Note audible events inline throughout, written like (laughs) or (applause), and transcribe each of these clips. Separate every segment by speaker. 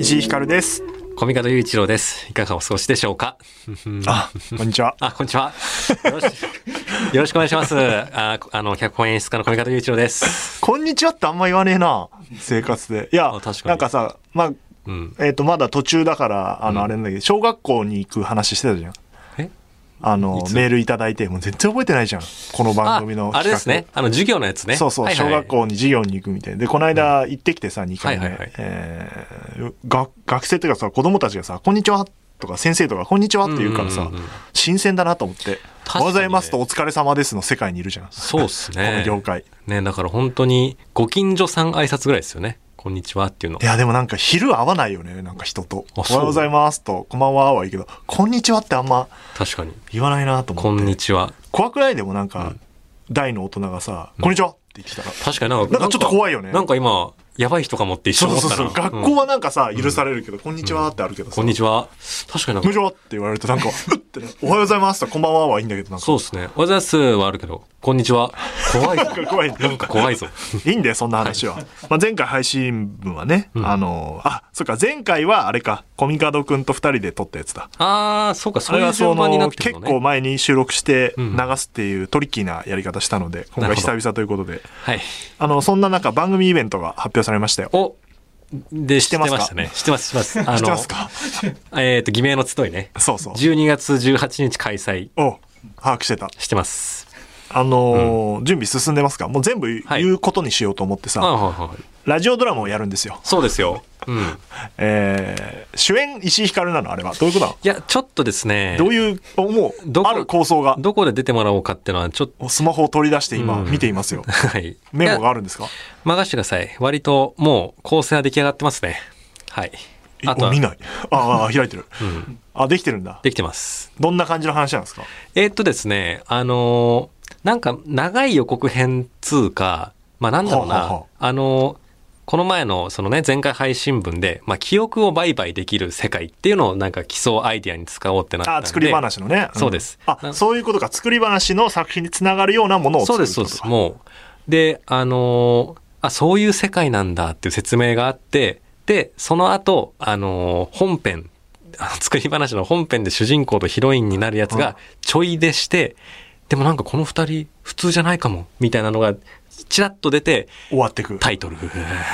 Speaker 1: 石井ひかるです。
Speaker 2: 小見方雄一郎です。いかがお過ごしでしょうか
Speaker 1: あ、こんにちは。
Speaker 2: あ、こんにちは。よろしくよろしくお願いします。ああの、脚本演出家の小見方雄一郎です。
Speaker 1: こんにちはってあんま言わねえな。生活で。いや
Speaker 2: あ確か、に
Speaker 1: なんかさ、まあ、
Speaker 2: うん。
Speaker 1: えっ、と、まだ途中だから、あの、
Speaker 2: うん
Speaker 1: あれなんだけど、小学校に行く話してたじゃん。
Speaker 2: え
Speaker 1: あの
Speaker 2: い、つ
Speaker 1: メールいただいて、もう全然覚えてないじゃん。この番
Speaker 2: あ
Speaker 1: 組の、
Speaker 2: あ
Speaker 1: 企
Speaker 2: れ
Speaker 1: 画
Speaker 2: ですね。あの、授業のやつね。
Speaker 1: そうそう、
Speaker 2: はいはい
Speaker 1: 小学校に授業に行くみたいな。で、この間行ってきてさ、2回目。
Speaker 2: はいはいはい
Speaker 1: えーが学生っていうかさ、子供たちがさ、こんにちはとか、先生とか、こんにちはって言うからさ、
Speaker 2: うんうんうんうん
Speaker 1: 新鮮だなと思って、お
Speaker 2: 確か
Speaker 1: は
Speaker 2: にね
Speaker 1: ようございますとお疲れ様ですの世界にいるじゃん。
Speaker 2: そうっすね
Speaker 1: (laughs) この業界。
Speaker 2: ね、だから本当に、ご近所さん挨拶ぐらいですよね。こんにちはっていうの
Speaker 1: い。や、でもなんか昼合わないよね、なんか人と。お
Speaker 2: あ
Speaker 1: は
Speaker 2: そう
Speaker 1: ようございますと、こんばんははいいけど、こんにちはってあんま
Speaker 2: 確かに。
Speaker 1: 言わないなと思って。
Speaker 2: こんにちは。
Speaker 1: 怖くないでもなんか、大の大人がさ、こんにちはって来たら。
Speaker 2: 確かになんか、
Speaker 1: なんかちょっと怖いよね
Speaker 2: なんか今、やばい人かもって一
Speaker 1: そ
Speaker 2: 瞬
Speaker 1: う
Speaker 2: 思っ
Speaker 1: そう
Speaker 2: た
Speaker 1: そう。
Speaker 2: ら。
Speaker 1: 学
Speaker 2: う
Speaker 1: 校
Speaker 2: ん
Speaker 1: はなんかさ、許されるけど、こんにちはってあるけどさ。
Speaker 2: こんにちは。確かになん
Speaker 1: こん
Speaker 2: か
Speaker 1: にち、はって言われるとなん
Speaker 2: (laughs)
Speaker 1: か、うってな、おはようございますとか、こんばんははいいんだけど、なんか、
Speaker 2: そうですね。おはようございますはあるけど、こんにちは。怖いぞ。
Speaker 1: なんか怖い。なんか
Speaker 2: 怖いぞ。
Speaker 1: いいんだよ、そんな話は。まあ、前回配信分はね、
Speaker 2: ん
Speaker 1: あの、あ、そっか、前回はあれか、コミカドくんと二人で撮ったやつだ。
Speaker 2: あー、そうか、
Speaker 1: あ
Speaker 2: そ
Speaker 1: れ
Speaker 2: ういう
Speaker 1: はそ
Speaker 2: 順番にな
Speaker 1: の、
Speaker 2: って
Speaker 1: 結
Speaker 2: るのね。
Speaker 1: 構前に収録して
Speaker 2: うん
Speaker 1: 流すっていうトリッキーなやり方したので、今
Speaker 2: な
Speaker 1: 回
Speaker 2: るほ
Speaker 1: 久
Speaker 2: ど
Speaker 1: 々ということで、
Speaker 2: はい。
Speaker 1: あの、そんな中番組イベントが発表されましたよ。
Speaker 2: おで、知ってて
Speaker 1: ま
Speaker 2: ます
Speaker 1: か
Speaker 2: したね。知ってます、知っ
Speaker 1: (laughs)
Speaker 2: てます。あ
Speaker 1: 知
Speaker 2: の
Speaker 1: ってますか
Speaker 2: えっ、と、偽名の集いね。
Speaker 1: そうそう。
Speaker 2: 12月18日開催
Speaker 1: お、把握してた。
Speaker 2: してます。
Speaker 1: あのー準備進んでますかもう全部
Speaker 2: はい
Speaker 1: 言うことにしようと思ってさ、
Speaker 2: あはいはいはい。
Speaker 1: ラジオドラマをやるんですよ。
Speaker 2: そうですよ。うん。
Speaker 1: えー主演石井ひかるなのあれはどういうことなの
Speaker 2: いや、ちょっとですね、
Speaker 1: どういうもう
Speaker 2: どこ
Speaker 1: ある構想が
Speaker 2: どこで出てもらおうかっていうのは、ちょっと、 (laughs)
Speaker 1: スマホを取り出して今
Speaker 2: うん
Speaker 1: 見ていますよ、
Speaker 2: (laughs) はい。
Speaker 1: メモが
Speaker 2: い
Speaker 1: あるんですか
Speaker 2: や任してください。割と、もう、構成は出来上がってますね。はい。あと
Speaker 1: お
Speaker 2: は
Speaker 1: 見、ないああ開いてる、
Speaker 2: うん、
Speaker 1: あできてるんだ
Speaker 2: できてます。
Speaker 1: どんな感じの話なんですか
Speaker 2: えーっとですね、あのーなんか長い予告編通か、まあなんだろうな、
Speaker 1: はあはあは
Speaker 2: あのーこの前のそのね、前回配信分で、まあ記憶を売買できる世界っていうのをなんか基礎アイディアに使おうってなったん
Speaker 1: あ
Speaker 2: で。
Speaker 1: 作り話のね、ん
Speaker 2: そうです
Speaker 1: あそういうことか作り話の作品につながるようなものを
Speaker 2: そ
Speaker 1: 作
Speaker 2: う
Speaker 1: るっ
Speaker 2: で
Speaker 1: て
Speaker 2: す、
Speaker 1: こ
Speaker 2: そう
Speaker 1: とか
Speaker 2: です。もう。で、あのーあ、そういう世界なんだっていう説明があって、で、その後、あのー本編、 (laughs) あの作り話の本編で主人公とヒロインになるやつ
Speaker 1: うん
Speaker 2: がちょいでして、でもなんかこの二人普通じゃないかも、みたいなのが、ちらっと出て、
Speaker 1: 終わってく
Speaker 2: タイトル、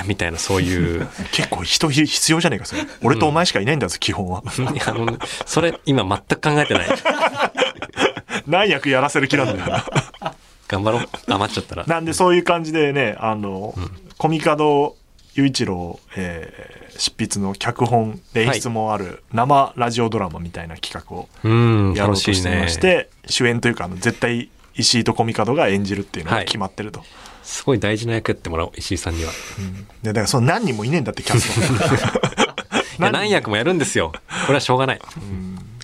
Speaker 2: みたいなそういう。 (laughs)
Speaker 1: 結構人必要じゃねえかそれ俺とお前しかいないんだぞ、基本は
Speaker 2: いやあのそれ今全く考えてない。
Speaker 1: 何役やらせる気なんだよ
Speaker 2: (laughs)
Speaker 1: な
Speaker 2: 頑張ろう。余っちゃったら。
Speaker 1: なんでそういう感じでね、あの、コミカド雄一郎、えー執筆の脚本で演出もある生ラジオドラマみたいな企画を
Speaker 2: うん、
Speaker 1: やろう
Speaker 2: 楽
Speaker 1: と
Speaker 2: し
Speaker 1: し
Speaker 2: い
Speaker 1: てま
Speaker 2: ね
Speaker 1: し。て、主演というかあの絶対石井とコミカドが演じるっていうのが
Speaker 2: はい
Speaker 1: 決まってると、
Speaker 2: すごい大事な役やってもらおう、石井さんには。
Speaker 1: でだからその何人もいねえんだってキャス
Speaker 2: (laughs) いや何役もやるんですよ。これはしょうがない。
Speaker 1: ト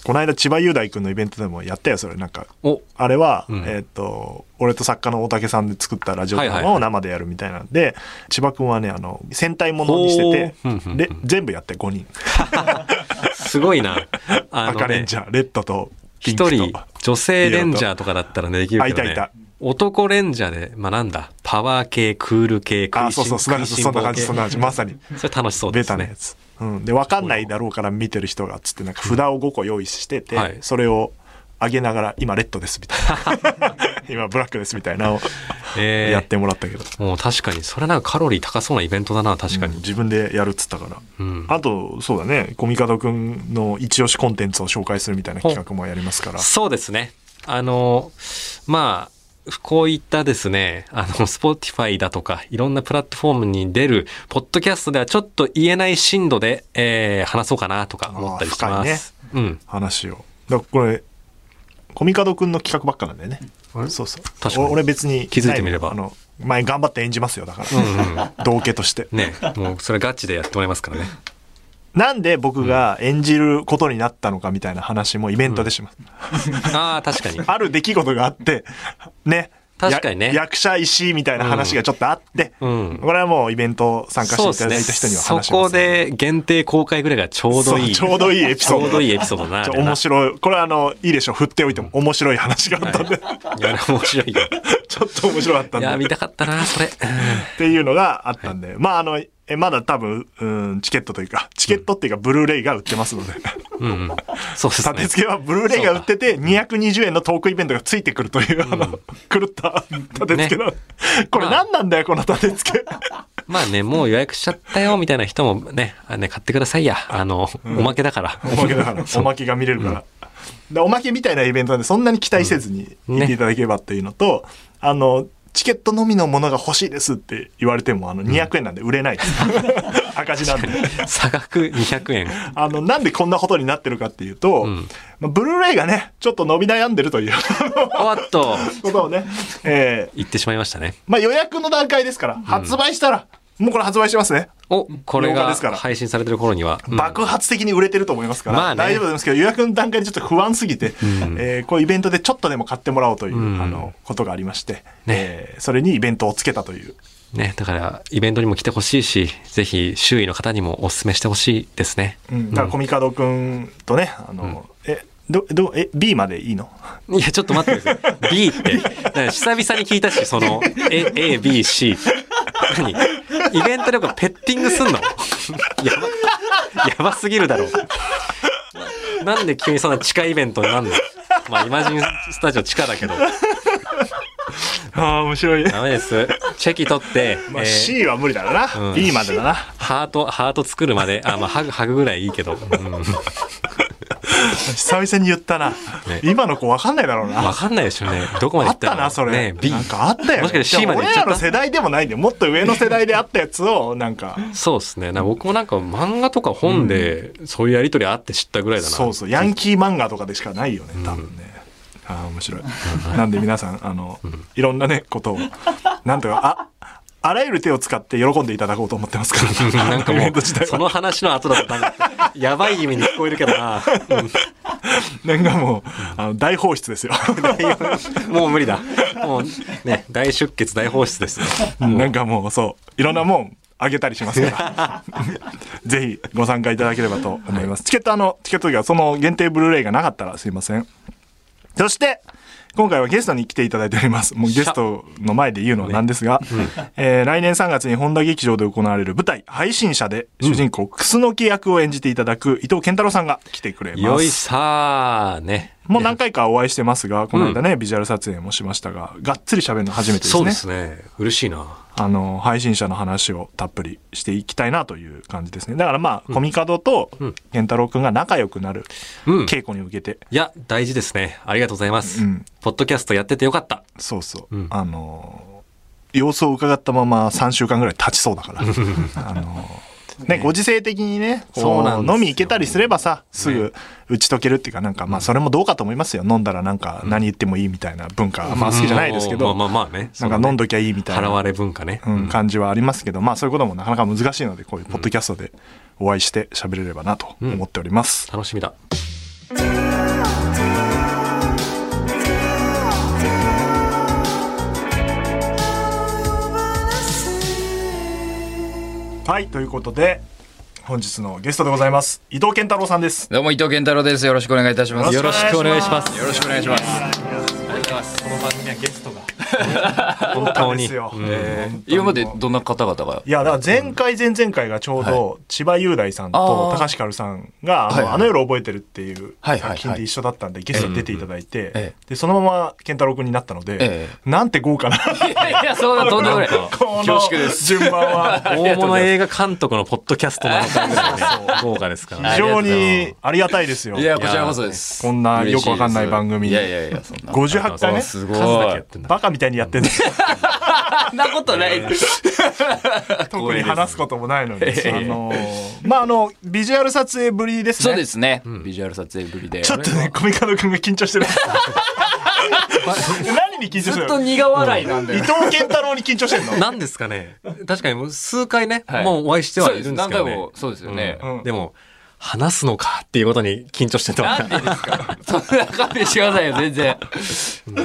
Speaker 1: この間千葉雄大君のイベントでもやったよそれなんか
Speaker 2: お、
Speaker 1: あれは、
Speaker 2: うん
Speaker 1: えっ、と、俺と作家の大竹さんで作ったラジオドラ
Speaker 2: はい
Speaker 1: マを
Speaker 2: はいはい
Speaker 1: 生でやるみたいなんで、千葉くんはね、あの、戦隊ものにして
Speaker 2: ほううんうんう
Speaker 1: て、
Speaker 2: ん
Speaker 1: で、全部やって5人。
Speaker 2: すごいな。あ
Speaker 1: 赤レンジャー、レッドとピン
Speaker 2: 一
Speaker 1: クと。
Speaker 2: 人、女性レンジャーとかだったらね、できるけど、ね。
Speaker 1: あいたいた
Speaker 2: 男レンジャーで、まあなんだ、パワー系、クール系、食
Speaker 1: あ、
Speaker 2: いし
Speaker 1: そ
Speaker 2: ん
Speaker 1: うそう、そんな感
Speaker 2: 食い
Speaker 1: じ、
Speaker 2: し
Speaker 1: そ
Speaker 2: ん
Speaker 1: んな
Speaker 2: 坊
Speaker 1: 感
Speaker 2: 系
Speaker 1: じ、そんな感じ、まさに。
Speaker 2: それ楽しそうで
Speaker 1: ベ
Speaker 2: す
Speaker 1: タなや
Speaker 2: ね。
Speaker 1: つ。うん。で、わかんないだろうから見てる人が、つってなんか札を5個用意してて、
Speaker 2: はい
Speaker 1: それを上げながら、今レッドですみたい
Speaker 2: (laughs)
Speaker 1: な。今ブラックですみたいなのを
Speaker 2: えー
Speaker 1: やってもらったけど。
Speaker 2: もう確かに、それなんかカロリー高そうなイベントだな、確か
Speaker 1: うん
Speaker 2: に。
Speaker 1: 自分でやるっつったから。
Speaker 2: うん。
Speaker 1: あと、そうだね、コミカドくんの一押しコンテンツを紹介するみたいな企画もやりますから。
Speaker 2: そうですね。あの、まあ、こういったですね、あの、Spotify だとか、いろんなプラットフォームに出る、ポッドキャストではちょっと言えない深度で、えー話そうかなとか思ったりしてます。うん。
Speaker 1: 話を。だからこれ、コミカドくんの企画ばっかなんだよね。そうそう。
Speaker 2: 確かに
Speaker 1: お俺別に。
Speaker 2: 気づいてみれば
Speaker 1: あの、前頑張って演じますよ、だか
Speaker 2: うんうん
Speaker 1: ら。道家として。
Speaker 2: ね、もうそれガチでやってもらいますか
Speaker 1: (laughs)
Speaker 2: らね。
Speaker 1: なんで僕が演じることになったのかみたいな話もイベントでします。
Speaker 2: ああ、確かに。
Speaker 1: ある出来事があって、ね、
Speaker 2: 確かにね
Speaker 1: や役者石井みたいな話がちょっとあって、
Speaker 2: うん
Speaker 1: これはもうイベント参加していただいた人には
Speaker 2: そう
Speaker 1: 話し
Speaker 2: ですねそ
Speaker 1: ま
Speaker 2: こ
Speaker 1: すね、
Speaker 2: で限定公開ぐらいがちょうどいい。
Speaker 1: そうちょうどいいエピソード
Speaker 2: ちょうどいいエピソードだな。
Speaker 1: ちょ
Speaker 2: あれな
Speaker 1: 面白いこれはあのいいでしょう振っておいても面白い話があったんで、
Speaker 2: いや、面白いよ。
Speaker 1: (laughs) ちょっと面白かったん
Speaker 2: い
Speaker 1: で
Speaker 2: や、見たかったな、それ。うん
Speaker 1: っていうのがあったんで、まああのえまだ多分うんチケットというかチケットっていうかブルーレイが売ってますので
Speaker 2: うんうん。そうです
Speaker 1: 立
Speaker 2: ね
Speaker 1: て。付けはブルーレイが売ってて220円のトークイベントがついてくるという、あの狂った立て付けの、これ何なんだよこの立て付け
Speaker 2: まあね、もう予約しちゃったよ、みたいな人もね、あね、買ってくださいや。あの、おまけだから。
Speaker 1: おまけだから (laughs) おまけが見れるから、でおまけみたいなイベントなんでそんなに期待せずに
Speaker 2: うん
Speaker 1: 行っていただければっていうのと、あのチケットのみのものが欲しいですって言われてもあの200円なんで売 (laughs) れないです、赤字なんで
Speaker 2: 差額200円。
Speaker 1: あの、なんでこんなことになってるかっていうと、
Speaker 2: ん
Speaker 1: まあ、ブルーレイがね、ちょっと伸び悩んでるという
Speaker 2: おっと
Speaker 1: ことをね、えー
Speaker 2: 言ってしまいましたね。
Speaker 1: まあ予約の段階ですから、発売したら、もうこれ発売してますね。
Speaker 2: お、これ
Speaker 1: 洋画
Speaker 2: が
Speaker 1: ですから
Speaker 2: 配信されてる頃には。うん
Speaker 1: 爆発的に売れてると思いますから、
Speaker 2: まあね
Speaker 1: 大丈夫ですけど、予約の段階でちょっと不安すぎて、えーこうイベントでちょっとでも買ってもらおうという、
Speaker 2: ん
Speaker 1: あの、ことがありまして、えーそれにイベントをつけたという。
Speaker 2: ね、だから、イベントにも来てほしいし、ぜひ周囲の方にもお勧めしてほしいですね。
Speaker 1: うん、だからコミカドくんとね、あの、え、ど、ど、え、B までいい
Speaker 2: (laughs)
Speaker 1: の
Speaker 2: いや、ちょっと待ってください。B って。だから久々に聞いたし、その、A、A、B、C。何イベントでこれペッティングすんの (laughs) やば、やばすぎるだろう。なんで急にそんな地下イベントになんのまあ、イマジンスタジオ地下だけど。
Speaker 1: ああ、面 (laughs) 白い。
Speaker 2: ダメです。チェキ取って、
Speaker 1: ま
Speaker 2: え
Speaker 1: あ、
Speaker 2: ー
Speaker 1: C は無理だろうな、
Speaker 2: うん
Speaker 1: B までだな。
Speaker 2: ハート、ハート作るまで、あ、まあ、ハグ、ハグぐらいいいけど。うん
Speaker 1: 久々に言ったな、今の子分かんないだろう
Speaker 2: わ
Speaker 1: な
Speaker 2: かんないでしょうね。どこまで
Speaker 1: あ
Speaker 2: 行っ
Speaker 1: ったた
Speaker 2: の
Speaker 1: なそれ、
Speaker 2: ね B
Speaker 1: なん。かあったよ、ね、
Speaker 2: もしかして C まで行っちゃった
Speaker 1: 俺らの世代でもないんでもっと上の世代であ
Speaker 2: (laughs)
Speaker 1: ったやつをなんか
Speaker 2: そうですね。な僕もなんか漫画とか本で、そういうやりとりあって知ったぐらいだな。
Speaker 1: そうそうヤンキー漫画とかでしかないよね多分ね、ああ面白いなんで皆さんあの、いろんなねことをなんとかああらゆる手を使って喜んでいただこうと思ってますから
Speaker 2: (laughs) なんか
Speaker 1: イ (laughs)
Speaker 2: も
Speaker 1: ベント自
Speaker 2: う、
Speaker 1: 体
Speaker 2: そ
Speaker 1: は
Speaker 2: の話の後だと多分、やばい意味に聞こえるけど
Speaker 1: (laughs)
Speaker 2: な。
Speaker 1: なんかもうあの大放出ですよ
Speaker 2: もう無理だ。もうね、大出血、大放出で
Speaker 1: (laughs)
Speaker 2: すよ。
Speaker 1: なんかもうそういろんなもんあげたりしますから (laughs) ぜひご参加いただければと思います、チケットあのチケットというかその限定ブルーレイがなかったらすいませんそして今回はゲストに来ていただいておりますもうゲストの前で言うのはなんですが、えー来年3月に本田劇場で行われる舞台「配信者」で主人公楠木役を演じていただく伊藤健太郎さんが来てくれます
Speaker 2: よいさーね。
Speaker 1: もう何回かお会いしてますがこの間ね、ビジュアル撮影もしましたががっつり喋るの初めてですね
Speaker 2: そうですね。嬉しいな。
Speaker 1: あの、配信者の話をたっぷりしていきたいなという感じですね。だからまあ、コミカドと健太郎くんが仲良くなる
Speaker 2: うん。
Speaker 1: 稽古に向けて、
Speaker 2: いや、大事ですね。ありがとうございます。
Speaker 1: うん
Speaker 2: ポッドキャストやっててよかった。
Speaker 1: そうそう、
Speaker 2: うん
Speaker 1: あのー、様子を伺ったまま3週間ぐらい経ちそうだ
Speaker 2: (laughs)
Speaker 1: から。あのーね、ご時世的にね、
Speaker 2: そう
Speaker 1: こ
Speaker 2: なんで
Speaker 1: う
Speaker 2: すよ
Speaker 1: 飲み行けたりすればさ、すぐ打ち解けるっていうか、なんかまあそれもどうかと思いますよ。飲んだらなんか何言ってもいいみたいな文化、まあ好きじゃないですけど、
Speaker 2: まあまあまあね。
Speaker 1: なんか飲んどきゃいいみたいな
Speaker 2: 払。われ文化ね。
Speaker 1: うん、感じはありますけど、まあそういうこともなかなか難しいので、こういうポッドキャストでお会いして喋れればなと思っております。
Speaker 2: 楽
Speaker 1: (laughs)
Speaker 2: しみだ。
Speaker 1: はい、ということで、本日のゲストでございます。伊藤健太郎さんです。
Speaker 3: どうも伊藤健太郎です。よろしくお願いいたします。
Speaker 1: よろしくお願いします
Speaker 3: よろしくお願いします。
Speaker 2: この番組はゲストが。本当
Speaker 1: で
Speaker 2: に
Speaker 1: す。よ。
Speaker 3: 今までどんな方々が
Speaker 1: いや、だから前回前々回がちょうど千葉雄大さんと
Speaker 3: あー
Speaker 1: 高橋かるさんがあ
Speaker 3: はい
Speaker 1: の
Speaker 3: はい
Speaker 1: あの夜覚えてるっていう
Speaker 3: はいはいは
Speaker 1: 作
Speaker 3: い
Speaker 1: 品で一緒だったんでゲストに出ていただいて
Speaker 3: え
Speaker 1: でそのまま健太郎君になったので
Speaker 3: え
Speaker 1: なんて豪華な
Speaker 3: いやいや、そんなとんでもない。
Speaker 1: こ
Speaker 3: 恐縮で
Speaker 1: の
Speaker 3: す
Speaker 1: 順番
Speaker 3: (laughs)
Speaker 1: は
Speaker 2: 大物映画監督のポッドキャストなのかぐらいで
Speaker 1: (laughs)
Speaker 2: 豪華ですから
Speaker 1: 非
Speaker 2: ね。
Speaker 1: 常にありがたいですよ。
Speaker 3: いや、こちらこそです。
Speaker 1: こんなよくわかんない番組に
Speaker 3: いやいやいや、そんな。
Speaker 1: 58回ね。
Speaker 3: すごい。
Speaker 2: 数だけやってん
Speaker 1: (laughs)
Speaker 2: だ。
Speaker 1: バカみたいにやってんの
Speaker 3: そんなことないです。
Speaker 1: 特に話すこともないのに。あ
Speaker 3: ええ
Speaker 1: のーまあ、あの、ビジュアル撮影ぶりですね。
Speaker 3: そうですね。ビジュアル撮影ぶりで。
Speaker 1: ちょっとね、コミカド君が緊張して (laughs) る。何に緊張して
Speaker 3: ず
Speaker 1: る
Speaker 3: っと
Speaker 1: の
Speaker 3: 苦笑いなんだ
Speaker 1: 伊
Speaker 3: よ。
Speaker 1: 藤健太郎に緊張してるの
Speaker 2: 何ですかね確かにもう数回ね、
Speaker 3: はい
Speaker 2: もうお会いしてはいるんです
Speaker 3: 何
Speaker 2: けど
Speaker 3: 回
Speaker 2: ね
Speaker 3: も、そうですよね。
Speaker 1: ん
Speaker 2: うんでも話すのかっていうことに緊張して
Speaker 3: な
Speaker 2: た
Speaker 3: ん。でですか (laughs) そんな勘弁してくださいよ、全然。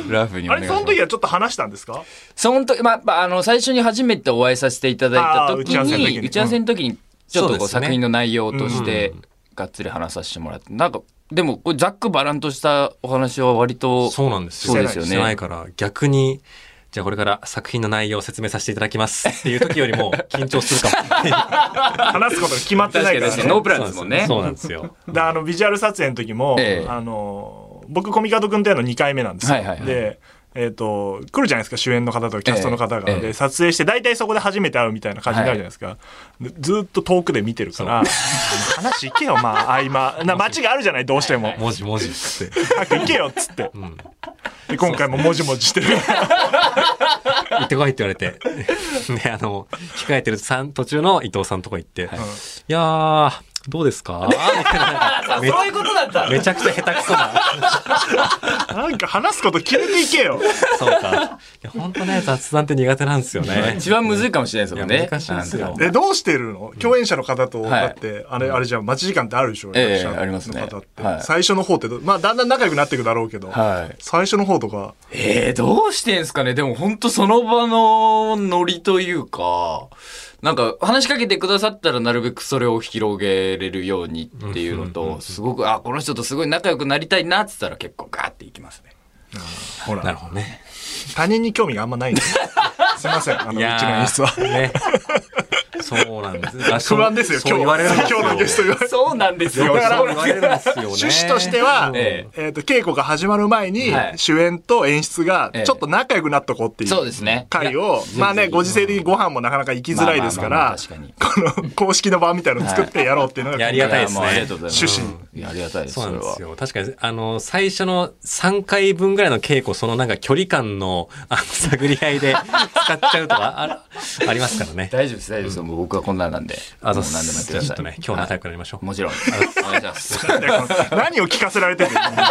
Speaker 3: ラフにお
Speaker 1: あ
Speaker 3: 願
Speaker 1: れ
Speaker 3: いし
Speaker 1: そ
Speaker 3: ます。
Speaker 1: の時はちょっと話したんですか
Speaker 3: その時、まあまあ、あの、最初に初めてお会いさせていただいた時
Speaker 1: あー打ち合わせの時に
Speaker 3: に、打ち合わせの時に、ちょ
Speaker 2: そう
Speaker 3: っとこう
Speaker 2: ですね
Speaker 3: 作品の内容として、がっつり話させてもらって、なんか、でも、こうざっくばらんとしたお話は割と、
Speaker 2: そうなんですよ。
Speaker 1: そうですよね
Speaker 2: してないから、逆に、じゃあこれから作品の内容を説明させていただきますっていう時よりも緊張するかも。
Speaker 1: 話すことが決まってないから、
Speaker 3: 確
Speaker 1: ね
Speaker 3: かに確か (laughs) に。ノープランですもんね。
Speaker 2: そうなんですよ。
Speaker 1: であのビジュアル撮影の時も、
Speaker 3: ええ
Speaker 1: あの僕コミカド君とやるの2回目なんですよ、
Speaker 3: はいはいはい
Speaker 1: でえっ、と来るじゃないですか主演の方とかキャストの方が、
Speaker 3: ええ
Speaker 1: で撮影して大体そこで初めて会うみたいな感じになるじゃないですか、でずっと遠くで見てるから話行けよまあ合
Speaker 3: (laughs)
Speaker 1: 間な街があるじゃないどうしても
Speaker 2: 文字文字って。
Speaker 1: 早く行けよっつって、で今回ももじもじして
Speaker 3: (laughs)
Speaker 1: る
Speaker 2: 行ってこいって言われて。 (laughs) で、あの、控えてるさん途中の伊藤さんのとこ行って、い、やー、どうですかみたいなめ
Speaker 3: (laughs) そういうことだった
Speaker 2: めちゃくちゃ下手くそな。
Speaker 1: なんか話すこと決めていけよ
Speaker 2: (laughs) そうか。いや、本当ね、雑談って苦手なんですよね。
Speaker 3: 一番むずいかもしれないですもん
Speaker 2: いや
Speaker 3: ね。
Speaker 2: 難しいんですよ
Speaker 3: なん
Speaker 1: えどうしてるの共演者の方と、
Speaker 3: はい
Speaker 1: だってあれあれじゃん待ち時間ってあるでしょ、
Speaker 3: ええ
Speaker 1: 役者
Speaker 3: ありますね
Speaker 1: の方って、
Speaker 3: はい
Speaker 1: 最初の方ってどまあだんだん仲良くなっていくだろうけど、
Speaker 3: だろうはい。
Speaker 1: 最初の方とか
Speaker 3: えー、どうしてんすかねでも本当その場のノリというか、なんか話しかけてくださったらなるべくそれを広げれるようにっていうのと、すごく、あ、この人とすごい仲良くなりたいなって言ったら結構ガーっていきますね。
Speaker 1: ほ
Speaker 2: なる
Speaker 1: ら
Speaker 2: ほどね。
Speaker 1: 他人に興味があんまない
Speaker 3: (laughs)
Speaker 1: んですすいませんあのうちの演出は
Speaker 2: ーね。そうなんです。
Speaker 1: (laughs) 不安ですよ
Speaker 2: そう
Speaker 1: 今日
Speaker 2: 言われるんですよ
Speaker 1: 今日のゲスト言われ
Speaker 3: そうなんで
Speaker 2: (laughs)
Speaker 3: す
Speaker 2: そ
Speaker 3: よ。
Speaker 2: う
Speaker 1: だから
Speaker 2: 言われるんですよね。
Speaker 1: 趣旨としては、え
Speaker 3: え
Speaker 1: っと稽古が始まる前に、
Speaker 3: はい
Speaker 1: 主演と演出が
Speaker 3: ええ
Speaker 1: ちょっと仲良くなっとこうっていう
Speaker 3: そうですね。
Speaker 1: 会を、まあね、ご時世的にご飯もなかなか行きづらいですから、
Speaker 3: まあまあまあ確かに
Speaker 1: この公式の場みたいなの作ってやろうっていうのが、
Speaker 2: やりやありがたいですね
Speaker 3: やもうありがとうございます。
Speaker 1: 趣
Speaker 3: 旨。いや、ありがたいです、
Speaker 2: そう
Speaker 3: そ
Speaker 2: な
Speaker 3: れ
Speaker 2: んで
Speaker 3: は
Speaker 2: す。よ。確かに、あの、最初の3回分ぐらいの稽古、そのなんか距離感の、あの、探り合いで使っちゃうとか、あありますからね。
Speaker 3: 大丈夫です、大丈夫です。もう僕はこんなんなんで。
Speaker 2: あ
Speaker 3: も
Speaker 2: の、
Speaker 3: う何でもやってくだ
Speaker 2: ちょ
Speaker 3: さ
Speaker 2: っ
Speaker 3: い。
Speaker 2: とね、今日仲良くなりましょう。
Speaker 3: もちろん。お願い
Speaker 2: (laughs)
Speaker 3: します。
Speaker 1: (laughs) 何を聞かせられてる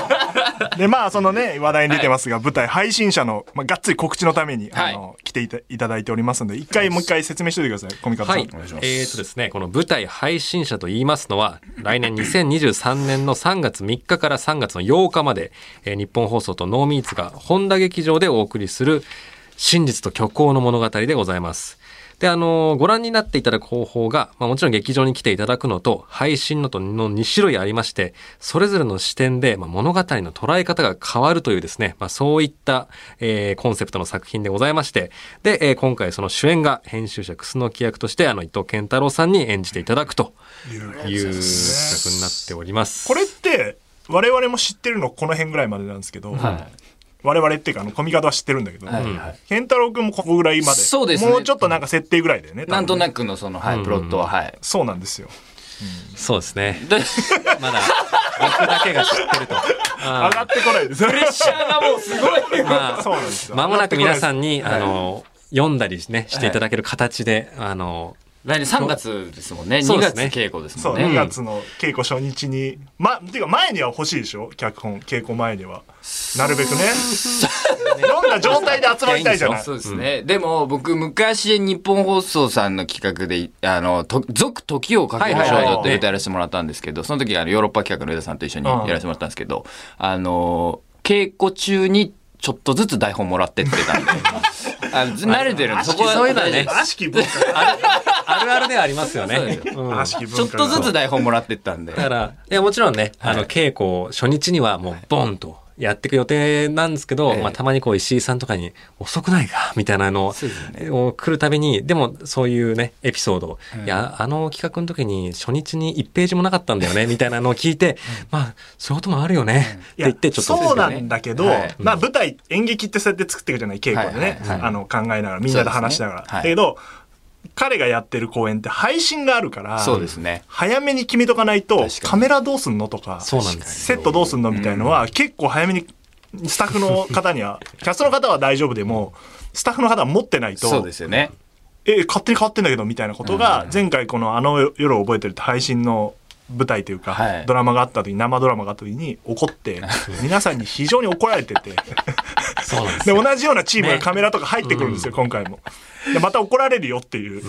Speaker 1: のでまあそのね話題に出てますが、舞台配信者の、まあ、がっつり告知のために、あ
Speaker 3: は
Speaker 1: の来ていたいただいておりますので一回もう一回説明しておいてくださいコミカドさん、
Speaker 2: はい。えーとですね、この舞台配信者と言いますのは、来年2023年の3月3日から3月の8日まで、えー日本放送とノーミーツが本田劇場でお送りする、真実と虚構の物語でございます。で、あのーご覧になっていただく方法が、まあもちろん劇場に来ていただくのと、配信のとの2種類ありまして、それぞれの視点で、まあ、物語の捉え方が変わるというですね、まあそういった、えーコンセプトの作品でございまして、で、えー今回その主演が編集者楠木役として、あの伊藤健太郎さんに演じていただくという企画になっております。
Speaker 1: これって我々も知ってるのこの辺ぐらいまでなんですけど、我々っていうかあのコミカドは知ってるんだけど、
Speaker 3: はいはい
Speaker 1: 健太郎君もここぐらいまで
Speaker 3: そうですね
Speaker 1: もうちょっとなんか設定ぐらいだよね
Speaker 3: なんと
Speaker 1: く
Speaker 3: なくのその、はい、プロットは、
Speaker 2: (laughs)
Speaker 3: はい。
Speaker 1: そうなんですよ
Speaker 2: そうですね。
Speaker 3: で
Speaker 2: まだ、僕だけが知ってると。
Speaker 1: 上がってこないです
Speaker 3: シャーがもうすごい。
Speaker 2: ま
Speaker 1: (laughs)
Speaker 2: あ
Speaker 1: そうなん
Speaker 2: (laughs)
Speaker 1: ですよ
Speaker 2: まもなく皆さんに、
Speaker 3: い
Speaker 2: あの、読んだりね、していただける形で、あの、
Speaker 3: 来年3月ですもんね。
Speaker 2: そう
Speaker 3: 2
Speaker 2: です
Speaker 3: 月
Speaker 2: ね
Speaker 3: 稽古です
Speaker 1: そ
Speaker 3: も
Speaker 1: うん
Speaker 3: ね。
Speaker 1: 2月の稽古初日にまっていうか前には欲しいでしょ脚本稽古前にはなるべくね読んだ状態で集まりたいじゃない
Speaker 3: そうですね。でも、僕、昔、日本放送さんの企画で、あの、と続時をかける
Speaker 2: はい
Speaker 3: 少
Speaker 2: はいはい
Speaker 3: 女という歌やらせてもらったんですけど、その時、あの、ヨーロッパ企画の上田さんと一緒にやらせてもらったんですけど、あの、稽古中に、ちょっとずつ台本もらってって
Speaker 1: (laughs)
Speaker 3: たんで、あの慣れてるんで、そこは
Speaker 2: そういうのはね
Speaker 1: 悪しき文化
Speaker 2: あるあるではありますよ
Speaker 3: そうで
Speaker 2: ね
Speaker 3: す。よ
Speaker 2: うん
Speaker 1: 悪しき
Speaker 3: ちょ
Speaker 1: 文
Speaker 3: っ
Speaker 1: 化
Speaker 3: とずつ
Speaker 1: だ
Speaker 3: 台本もらってったんで。
Speaker 2: だから、 (laughs) いや、もちろんね、あの、稽古、初日にはもう、ボンとやっていく予定なんですけど、
Speaker 3: ええ
Speaker 2: まあ、たまにこう、石井さんとかに、遅くないかみたいなのを
Speaker 3: そうですよ、
Speaker 2: を来るたびに、でも、そういうね、エピソードを、いや、あの企画の時に、初日に1ページもなかったんだよね、みたいなのを聞いて、まあ、そういうこともあるよね、って言って、ちょっと。
Speaker 1: そうなんだけど、
Speaker 3: はい
Speaker 1: まあ舞台演劇ってそうやって作っていくじゃない稽古でね、
Speaker 3: はいはいはい
Speaker 1: あの考えながらみんなで話しながら、
Speaker 3: そうですねはい
Speaker 1: だけど彼がやってる公演って配信があるから
Speaker 3: そうですね。
Speaker 1: 早めに決めとかないと
Speaker 3: 確かに
Speaker 1: カメラどうすんのとか
Speaker 2: そうなんです
Speaker 1: セットどうすんのみたいのは結構早めにスタッフの方にはキャストの方は大丈夫でもスタッフの方は持ってないと
Speaker 3: そうですよね。
Speaker 1: え勝手に変わってんだけどみたいなことが前回この「あの夜を覚えてる」って配信の舞台というか、
Speaker 3: はい
Speaker 1: ドラマがあった時生ドラマがあった時に怒って皆さんに非常に怒られてて
Speaker 2: そそうなんです
Speaker 1: で
Speaker 2: よ。
Speaker 1: 同じようなチームがカメラとか入ってくるんですよ、今回もでまた怒られるよっていう、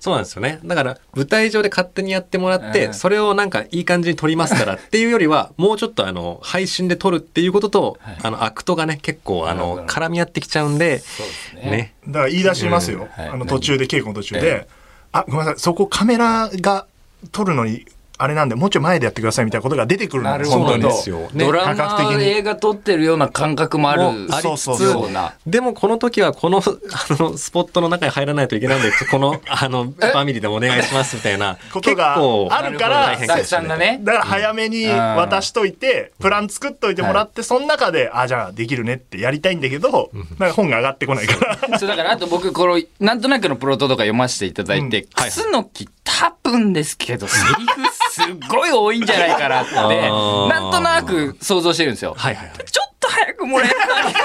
Speaker 2: そうなんですよね。だから、舞台上で勝手にやってもらって、
Speaker 3: うん
Speaker 2: それをなんかいい感じに撮りますからっていうよりは、 (laughs) もうちょっとあの、配信で撮るっていうことと、あの、アクトがね、結構あ
Speaker 3: なるほ
Speaker 2: の
Speaker 3: ど、
Speaker 2: 絡み合ってきちゃうんで、
Speaker 3: そうですね
Speaker 2: ね。
Speaker 1: だから言い出しますよ、
Speaker 3: うんはい
Speaker 1: あの途中で稽古の途中で、
Speaker 3: え
Speaker 1: あごめんなさいそこカメラが撮るのにあれなんでもうちょい前でやってくださいみたいなことが出てくる
Speaker 3: なんる
Speaker 1: です
Speaker 3: ほ
Speaker 1: 本当
Speaker 3: ど
Speaker 1: に
Speaker 2: ですよね
Speaker 3: ドラ
Speaker 1: 感覚
Speaker 3: マ
Speaker 1: 的に
Speaker 3: 映画撮ってるような感覚もある
Speaker 2: もありつつ
Speaker 1: そうそうそう
Speaker 3: な
Speaker 2: でもこの時はこの、 (laughs) あの、スポットの中に入らないといけないんで、この、あの、ファミリーでもお願いしますみたい
Speaker 3: (laughs)
Speaker 2: な。
Speaker 1: ことが
Speaker 2: 結構
Speaker 1: あるから
Speaker 2: 大変かも
Speaker 3: 大
Speaker 2: しれ
Speaker 3: さ
Speaker 2: ない
Speaker 3: んがね
Speaker 1: だから早めに渡しといて、プラン作っといてもらって、その中で、あ、じゃあできるねってやりたいんだけど、なんか本が上がってこない
Speaker 3: (laughs)
Speaker 1: から。
Speaker 3: そうだからあと僕このなんとなくのプロトとか読ませていただいて、
Speaker 2: うんはい
Speaker 3: 楠木多分ですけどセリフすっごい多いんじゃないかなっ
Speaker 2: (laughs)
Speaker 3: て
Speaker 2: あー
Speaker 3: なんとなく想像してるんですよ。
Speaker 2: はいはいはい。
Speaker 3: ちょっと早くもらえたらみたい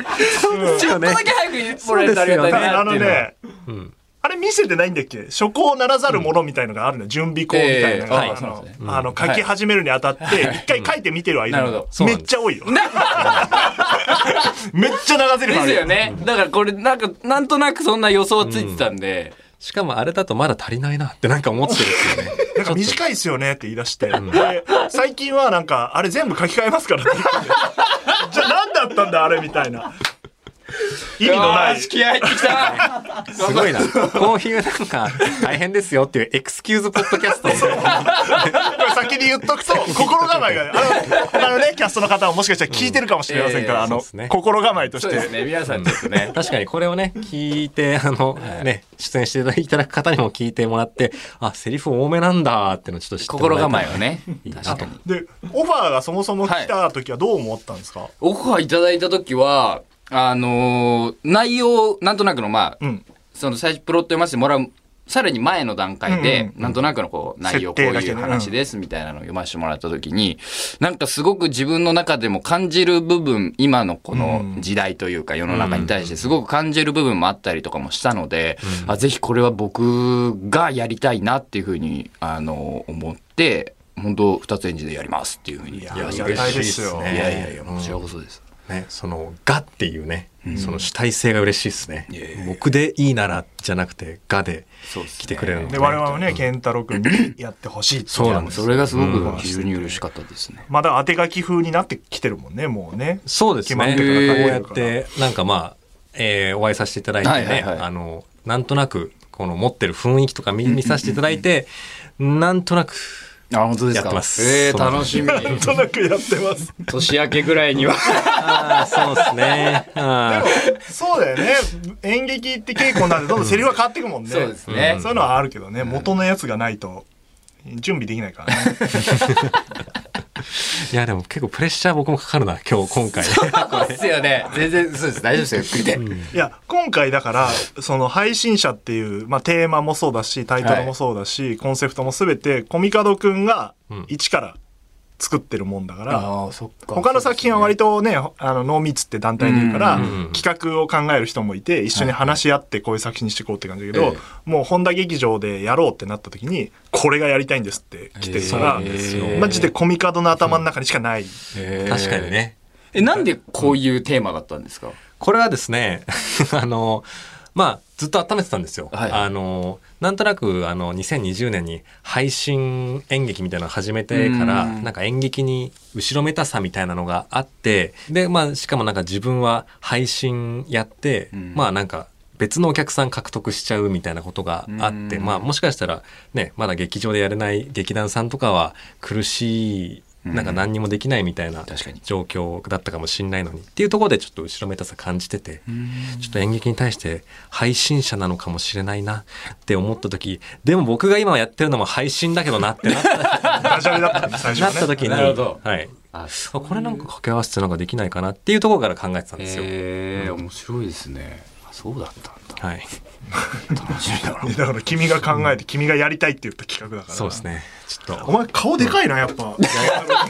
Speaker 3: なちょっとだけ早くもらえたらありがたい
Speaker 1: だ
Speaker 3: な
Speaker 1: あ
Speaker 3: って
Speaker 1: の
Speaker 3: いうのは
Speaker 1: ね、
Speaker 2: うん。
Speaker 1: あれ見せてないんだっけ初行ならざるものみたいのがあるの、準備校みたいなのが、
Speaker 3: ええはい
Speaker 1: あ
Speaker 3: そう
Speaker 1: の
Speaker 3: です
Speaker 1: あの書き始めるにあたって、一回書いてみてる間
Speaker 3: (laughs) なる
Speaker 1: に
Speaker 3: ほ
Speaker 2: ど
Speaker 1: めっちゃ多
Speaker 3: (laughs)
Speaker 1: いよ。めっちゃ長ゼリ
Speaker 3: で
Speaker 1: フあ
Speaker 3: す
Speaker 1: る
Speaker 3: よ。ね。だからこれなんかなんとなくそんな予想ついてたんで、
Speaker 2: しかもあれだとまだ足りないなってなんか思ってるんですよね。
Speaker 3: (laughs)
Speaker 1: なんか短いですよねって言い出して、で最近はなんか、あれ全部書き換えますからって言って (laughs) じゃあ何だったんだあれみたいな。意味のな
Speaker 3: よ
Speaker 1: い
Speaker 3: し。気合入ってきた。
Speaker 2: (laughs) すごいな。こういうなんか大変ですよっていうエクスキューズポッドキャ
Speaker 3: (laughs)
Speaker 2: ストですよ
Speaker 1: これ先に言っとくと、心構えがね、あの、あのね、キャストの方ももしかしたら聞いてるかもしれませんから、
Speaker 3: うんええ
Speaker 1: あ
Speaker 2: そ
Speaker 1: の、
Speaker 2: うですね
Speaker 1: 心構えとし
Speaker 3: そうで
Speaker 1: て
Speaker 3: す。ね皆さんちょっとね。
Speaker 2: 確かにこれをね、聞いて、あの、ね、出演していただく方にも聞いてもらって、あ、セリフ多めなんだってのをちょっと知ってもら
Speaker 3: 心
Speaker 2: えたら
Speaker 3: 構えをね。確かに。
Speaker 1: で、オファーがそもそも来た時はどう思ったんですか、
Speaker 3: オファーいただいた時は、あのー内容、なんとなくの、まあ、
Speaker 1: うん。
Speaker 3: その最初プロット読ませてもらう、さらに前の段階で、
Speaker 1: うんうん
Speaker 3: なんとなくのこう、内容、こ
Speaker 1: 設定
Speaker 3: う
Speaker 1: だけ
Speaker 3: い
Speaker 1: ね
Speaker 3: う話ですみたいなのを読ませてもらった時に、なんかすごく自分の中でも感じる部分、今のこの時代というか世の中に対してすごく感じる部分もあったりとかもしたので、あぜひこれは僕がやりたいなっていうふうに、あの、思って、本当二つ演じでやりますっていうふうに。
Speaker 1: いや、
Speaker 3: い
Speaker 1: あ
Speaker 3: や
Speaker 1: り
Speaker 3: い
Speaker 1: が
Speaker 3: や
Speaker 2: 嬉
Speaker 1: たい
Speaker 2: しい
Speaker 1: で
Speaker 2: ですすね
Speaker 1: よ。
Speaker 3: いやいや、もちろんこそです。
Speaker 2: ね、その、がっていうね、その主体性が嬉しいですね。僕でいいならじゃなくて、がで
Speaker 3: そうですね
Speaker 2: 来てくれるの
Speaker 1: で、我々もね、健太郎君にやってほしいってい
Speaker 2: そうなんです
Speaker 3: それがすごく非常に嬉しかったですね。
Speaker 1: まだ当て書き風になってきてるもんね、もうね。
Speaker 2: そうです
Speaker 1: 決
Speaker 2: ね。
Speaker 1: まって
Speaker 2: こう
Speaker 1: るから
Speaker 2: やって、なんかまあ、えーお会いさせていただいてね、
Speaker 3: はいはいはい
Speaker 2: あの、なんとなく、この持ってる雰囲気とか見見させていただいて、なんとなく、
Speaker 3: あ、本当です
Speaker 2: か
Speaker 3: か。
Speaker 2: え
Speaker 3: え
Speaker 2: ー
Speaker 3: 楽
Speaker 2: 楽
Speaker 3: し
Speaker 2: し
Speaker 3: み。
Speaker 1: なんとなくやってます。
Speaker 3: (laughs) 年明けぐらいには。
Speaker 2: ああ、そうですね。あ
Speaker 1: そうだよね。演劇って稽古になってどんどんセリフは変わっていくもんね。
Speaker 3: そうですね
Speaker 1: そういうのはあるけどね、元のやつがないと、準備できないからね。
Speaker 2: ーいや、でも結構プレッシャー僕もかかるな、今日、今回。
Speaker 3: そうですよね。全然、そうです。大丈夫ですよ。ゆっくりで。
Speaker 1: いや今回だからその配信者っていう、まあ、テーマもそうだしタイトルもそうだし、コンセプトも全てコミカドくんが
Speaker 2: ん
Speaker 1: 一から作ってるもんだから、
Speaker 3: ああ、そっか
Speaker 1: 他の作品は割とねあの濃密って団体にいるから、
Speaker 3: うん
Speaker 2: うんうん
Speaker 1: 企画を考える人もいて一緒に話し合ってこういう作品にしていこうって感じだけど、
Speaker 3: え
Speaker 1: もう本田劇場でやろうってなった時にこれがやりたいんですって来てるから、
Speaker 2: えーそうですよ
Speaker 1: マジでコミカドの頭の中にしかない。
Speaker 2: (laughs) 確かに。ね。
Speaker 3: え、なんでこういうテーマだったんですか
Speaker 2: これはですね、 (laughs) あの、まあ、ずっと温めてたんですよ。
Speaker 3: はい
Speaker 2: あの、なんとなく、あの、2020年に配信演劇みたいなのを始めてから、
Speaker 3: うん
Speaker 2: なんか演劇に後ろめたさみたいなのがあって、で、まあ、しかもなんか自分は配信やって、
Speaker 3: うん
Speaker 2: まあ、なんか、別のお客さん獲得しちゃうみたいなことがあって、
Speaker 3: うん
Speaker 2: まあもしかしたらねまだ劇場でやれない劇団さんとかは苦しいなんか何にもできないみたいな
Speaker 3: 確かに
Speaker 2: 状況だったかもしれないのにっていうところでちょっと後ろめたさ感じててちょっと演劇に対して配信者なのかもしれないなって思った時でも僕が今やってるのも配信だけどなってな (laughs) った
Speaker 1: ダジャレだったんで最初
Speaker 2: な
Speaker 1: は
Speaker 2: っ
Speaker 1: ね
Speaker 2: た時に、
Speaker 3: なるほど
Speaker 2: はい、
Speaker 3: あ、
Speaker 2: あこれなんか掛け合わせてなんかできないかなっていうところから考えてたんですよ。
Speaker 3: えー、面白いですね。あそうだったんだ。
Speaker 2: はい、
Speaker 3: 楽しみだな。
Speaker 1: いやだから君が考えて君がやりたいって言った企画だから
Speaker 2: そうですねちょっ (laughs) と
Speaker 1: お前顔でかいなやっぱ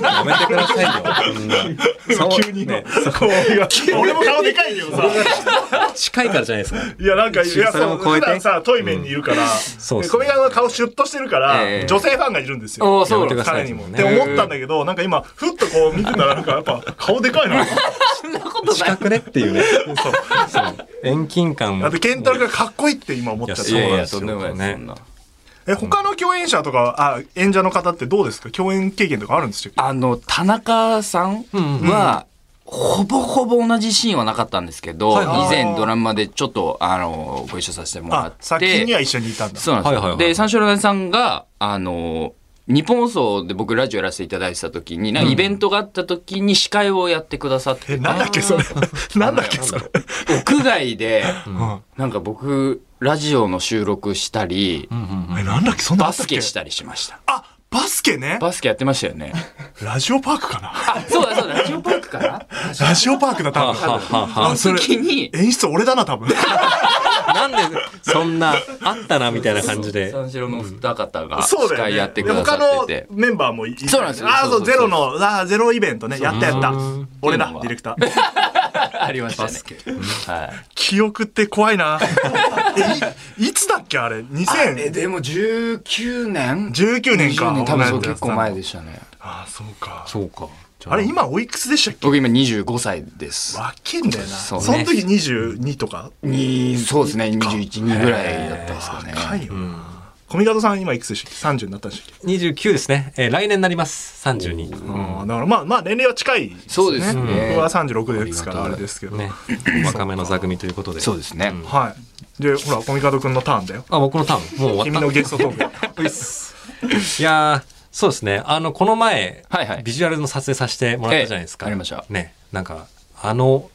Speaker 2: やめてくださいよ。
Speaker 1: 今急にね顔が (laughs) 俺も顔でかいけどさ
Speaker 2: (laughs) 近いからじゃないですか。
Speaker 1: いやなんかいや
Speaker 2: それ
Speaker 1: そ
Speaker 2: も
Speaker 1: う
Speaker 2: 超
Speaker 1: 普
Speaker 2: えて
Speaker 1: 段さトイメンにいるから
Speaker 2: そうっすね
Speaker 1: 小宮の顔シュッとしてるから、
Speaker 3: ええ
Speaker 1: 女性ファンがいるんです
Speaker 3: お
Speaker 1: よ
Speaker 3: ーそうなん
Speaker 2: やめてくださ
Speaker 1: 彼
Speaker 2: い
Speaker 1: にも、
Speaker 2: ね
Speaker 1: って思ったんだけどなんか今ふっとこう見てたらなんかやっぱ顔でかいな
Speaker 3: そんなことな
Speaker 2: (laughs)
Speaker 3: い
Speaker 2: 近。くねっていうね。そう。 (laughs) 遠近感
Speaker 1: だ
Speaker 2: も
Speaker 1: って、。ケンタロウがかっこいいって今思っちゃった
Speaker 2: い。やいや
Speaker 3: とんでもないです、そんな。
Speaker 1: え、他の共演者とか、あ、演者の方ってどうですか共演経験とかあるんですか
Speaker 3: あの、田中さんは、ほぼほぼ同じシーンはなかったんですけど、
Speaker 2: はい
Speaker 3: 以
Speaker 2: はい
Speaker 3: 前ドラマでちょっと、あの、ご一緒させてもらっ
Speaker 1: あ
Speaker 3: て、、
Speaker 1: 先には一緒にいたんだ。
Speaker 3: そうなんですよ。
Speaker 2: はいはいはい
Speaker 3: で、三四郎のさんが、あの、日本放送で僕ラジオやらせていただいてた時に、なんかイベントがあった時に司会をやってくださってて、
Speaker 1: え、なんだっけそれ。なんだっけそれ。
Speaker 3: 屋外で、
Speaker 1: うん
Speaker 3: なんか僕、ラジオの収録したり、
Speaker 1: え、なんだっけそんなあ
Speaker 3: バ
Speaker 1: ったっ
Speaker 3: ス
Speaker 1: け
Speaker 3: ケしたりしました。
Speaker 1: あ、バスケね。
Speaker 3: バスケやってましたよね。
Speaker 1: ラジオパークかな。
Speaker 3: あ、そうだそうだ、ラジオパークかな
Speaker 1: ラジオパークだ、多
Speaker 2: はあはあは
Speaker 1: 分。
Speaker 2: あ
Speaker 1: あ、それ。
Speaker 3: 時に
Speaker 1: 演出俺だな、多
Speaker 3: (laughs)
Speaker 1: 分。
Speaker 2: なんで、そんな、あったな、みたいな感じで。
Speaker 3: 三四郎のお二方が
Speaker 1: そうだ
Speaker 3: 司
Speaker 1: よ
Speaker 3: 会
Speaker 1: ね。
Speaker 3: やってく
Speaker 1: で
Speaker 3: ださってて。
Speaker 1: 他のメンバーもいい
Speaker 3: そうなんですよ
Speaker 1: ああ、
Speaker 3: そう
Speaker 1: そ、
Speaker 3: そうう
Speaker 1: ゼロの、ああ、ゼロイベントね。やったやった
Speaker 2: うん。
Speaker 1: 俺だ、
Speaker 3: そ
Speaker 1: デ
Speaker 3: うなんだ
Speaker 1: ィレクター。
Speaker 3: ありましたね。はい。
Speaker 1: 記憶って怖い
Speaker 3: (laughs)
Speaker 1: な。え、いいつだっけあれ ?2019
Speaker 3: でも19年
Speaker 1: 年か。
Speaker 3: 多分そう
Speaker 1: 同じやつ
Speaker 3: 結構前でしたね。
Speaker 1: ああ、そうか。
Speaker 2: そうか。
Speaker 1: あれ、今おいくつでしたっけ
Speaker 3: 僕今25歳です。
Speaker 1: わけんだよな。そ
Speaker 3: そ
Speaker 1: の
Speaker 3: うね
Speaker 1: 時22とか
Speaker 3: にそうですね、21、2ぐらいだったんですかね。
Speaker 1: 若いよな。小見方さん今いくつでしたっけ ?30 になったんでしたっけ
Speaker 2: 29ですね。えー来年になります。32。
Speaker 1: ああ、だからまあまあ年齢は近いですね。
Speaker 3: そうですね
Speaker 1: 僕は36ですからあれですけど。
Speaker 2: ね。若めの座組ということで。
Speaker 3: そうですね。
Speaker 1: はい。で、ほら、小見方くんのターンだよ。
Speaker 2: あ、僕のターン。 (laughs) もう終
Speaker 1: 君
Speaker 2: わ
Speaker 1: の
Speaker 2: った。
Speaker 1: ゲストトーク。
Speaker 2: ういっすいやー、そうですね。あの、この前、
Speaker 3: はいはい
Speaker 2: ビジュアルの撮影させてもらったじゃないですか。
Speaker 3: ええありました
Speaker 2: ね。なんか、あの、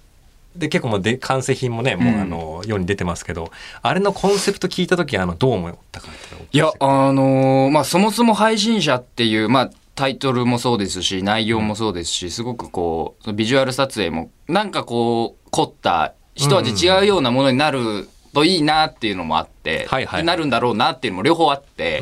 Speaker 2: で、結構もうで、完成品もね、もう、
Speaker 3: うん
Speaker 2: あの、世に出てますけど、あれのコンセプト聞いたとき、あの、どう思ったかって
Speaker 3: いや、あのーまあ、そもそも配信者っていう、まあ、タイトルもそうですし、内容もそうですし、すごくこう、そのビジュアル撮影も、なんかこう、凝った、一味違うようなものになるといいなっていうのもあって、
Speaker 2: はいはい
Speaker 3: でなるんだろうなっていうのも両方あって、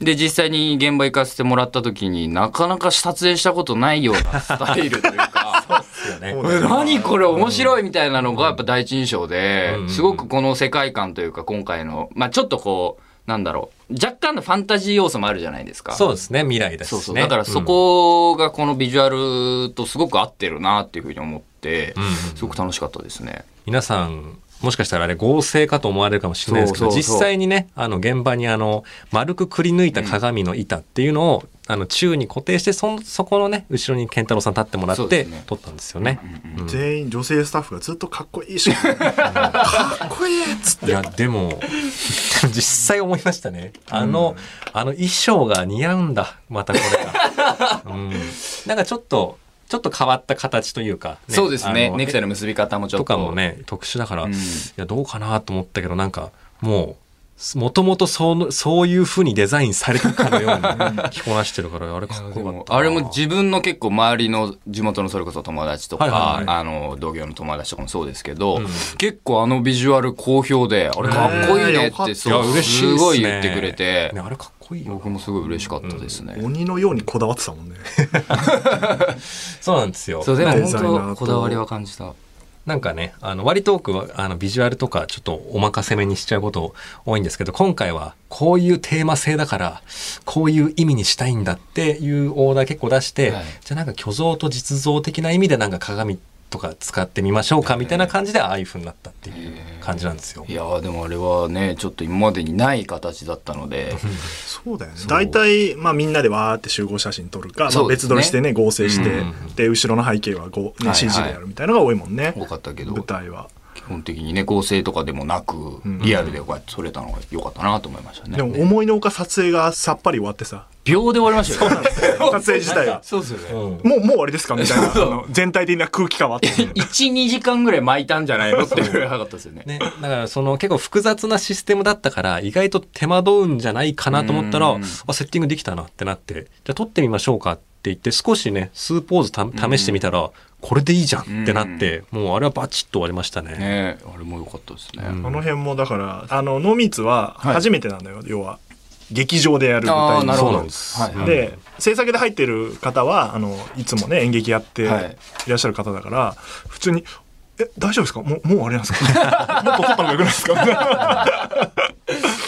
Speaker 3: で、実際に現場行かせてもらった時になかなか撮影したことないようなスタイルとい
Speaker 2: (laughs)
Speaker 3: うか、
Speaker 2: ね
Speaker 1: そうだよな
Speaker 3: 何これ面白いみたいなのがやっぱ第一印象で
Speaker 2: うん、
Speaker 3: すごくこの世界観というか今回の、まあちょっとこう、なんだろう、若干のファンタジー要素もあるじゃないですか。
Speaker 2: そうですね、未来ですし
Speaker 3: そ
Speaker 2: ね。
Speaker 3: うそう。だからそこがこのビジュアルとすごく合ってるなっていうふうに思って
Speaker 2: うん、うん、
Speaker 3: すごく楽しかったですね。
Speaker 2: 皆さん、もしかしたらあれ合成かと思われるかもしれないですけど、
Speaker 3: そうそうそう
Speaker 2: 実際にね、あの現場にあの、丸くくり抜いた鏡の板っていうのを、あの宙に固定して、そんそこのね、後ろに健太郎さん立ってもら
Speaker 3: そ
Speaker 2: っ
Speaker 3: うで
Speaker 2: て、
Speaker 3: すね
Speaker 2: 撮ったんですよね。うん
Speaker 1: 全員女性スタッフがずっとかっこいいし、かっこいいっつって。
Speaker 2: いや、でも、 (laughs) 実際思いましたね。あの、あの衣装が似合うんだ、またこ
Speaker 3: (laughs)
Speaker 2: れが。うん、なんかちょっと、ちょっと変わった形というか、
Speaker 3: そうですね
Speaker 2: あ。の
Speaker 3: ネクタイの結び方もちょっ
Speaker 2: と
Speaker 3: と。
Speaker 2: かも。ね特殊だから、
Speaker 3: うん
Speaker 2: いやどうかなと思ったけどなんかもうもともとそのそういう風にデザインされたかのように着こなしてるからあれかっこ
Speaker 3: で
Speaker 2: よかっ
Speaker 3: も
Speaker 2: たな
Speaker 3: あれも自分の結構周りの地元のそれこそ友達とか、
Speaker 2: はいはいは
Speaker 3: あの同業の友達とかもそうですけど、
Speaker 2: うん
Speaker 3: 結構あのビジュアル好評であれかっこいいね
Speaker 1: ねえよかった
Speaker 3: ってそう
Speaker 2: いや嬉しいっすね
Speaker 3: すごい言ってくれて、
Speaker 2: ねあれかっこいいよ
Speaker 3: 僕もすごい嬉しかったです (laughs) ね、
Speaker 1: 鬼のようにこだわってたもんね。
Speaker 2: そうなんですよ
Speaker 3: そうでも
Speaker 1: デザイナー
Speaker 3: 本
Speaker 1: と
Speaker 3: 当こだわりは感じた
Speaker 2: なんかねあの割と多くはあのビジュアルとかちょっとお任せめにしちゃうこと多いんですけど今回はこういうテーマ性だからこういう意味にしたいんだっていうオーダー結構出して、
Speaker 3: はい
Speaker 2: じゃあなんか虚像と実像的な意味でなんか鏡とか使ってみましょうかみたいな感じでああいう風になったっていう感じなんですよ
Speaker 3: い。やーでもあれはねちょっと今までにない形だったので
Speaker 1: そうだよね。大体、まあみんなでわーって集合写真撮るか、ま
Speaker 3: そ
Speaker 1: あ
Speaker 3: うです
Speaker 1: 別
Speaker 3: ね
Speaker 1: 撮りしてね、合成して
Speaker 2: うん、
Speaker 1: で、後ろの背景はご
Speaker 3: い
Speaker 1: ね
Speaker 3: はい
Speaker 1: CG でやるみたいなのが多いもんね。
Speaker 3: 多かったけど
Speaker 1: 舞台は。
Speaker 3: 基本的にね合成とかでもなく
Speaker 1: ん
Speaker 3: リアルでこうやって撮れたのが良かったなと思いましたね、
Speaker 1: でも思いのほか撮影がさっぱり終わってさ、
Speaker 3: 秒で終わりましたよね
Speaker 1: 撮影自体は。
Speaker 3: そうですよね
Speaker 2: うん
Speaker 1: もう、もう終わりですかみたいな、あ
Speaker 3: そう
Speaker 1: の全体的な空気感はあったもんね。
Speaker 3: 12時間ぐらい巻いたんじゃないのってぐらい早かったですよね
Speaker 2: (laughs) ね、だからその結構複雑なシステムだったから意外と手間取うんじゃないかなと思ったら
Speaker 3: うん
Speaker 2: あセッティングできたなってなってじゃあ撮ってみましょうかって言って少しね数ポーズた試してみたらこれでいいじゃんってなってもうあれはバチッと終わりましたね。
Speaker 3: ねあれも良かったですね、
Speaker 1: あの辺もだから、あの、濃密は初めてなんだよ、要は。劇場でやる舞
Speaker 3: ああ
Speaker 1: 台
Speaker 3: なる
Speaker 2: そ
Speaker 3: ほ
Speaker 2: う
Speaker 3: ど
Speaker 2: なんです
Speaker 3: はいはい
Speaker 1: で制作で入ってる方はあのいつもね演劇やってい
Speaker 3: はい
Speaker 1: らっしゃる方だから、普通に
Speaker 3: (laughs)
Speaker 1: 「え大丈夫ですかもうもうあれなんですかもっと撮った方がよくないですか?」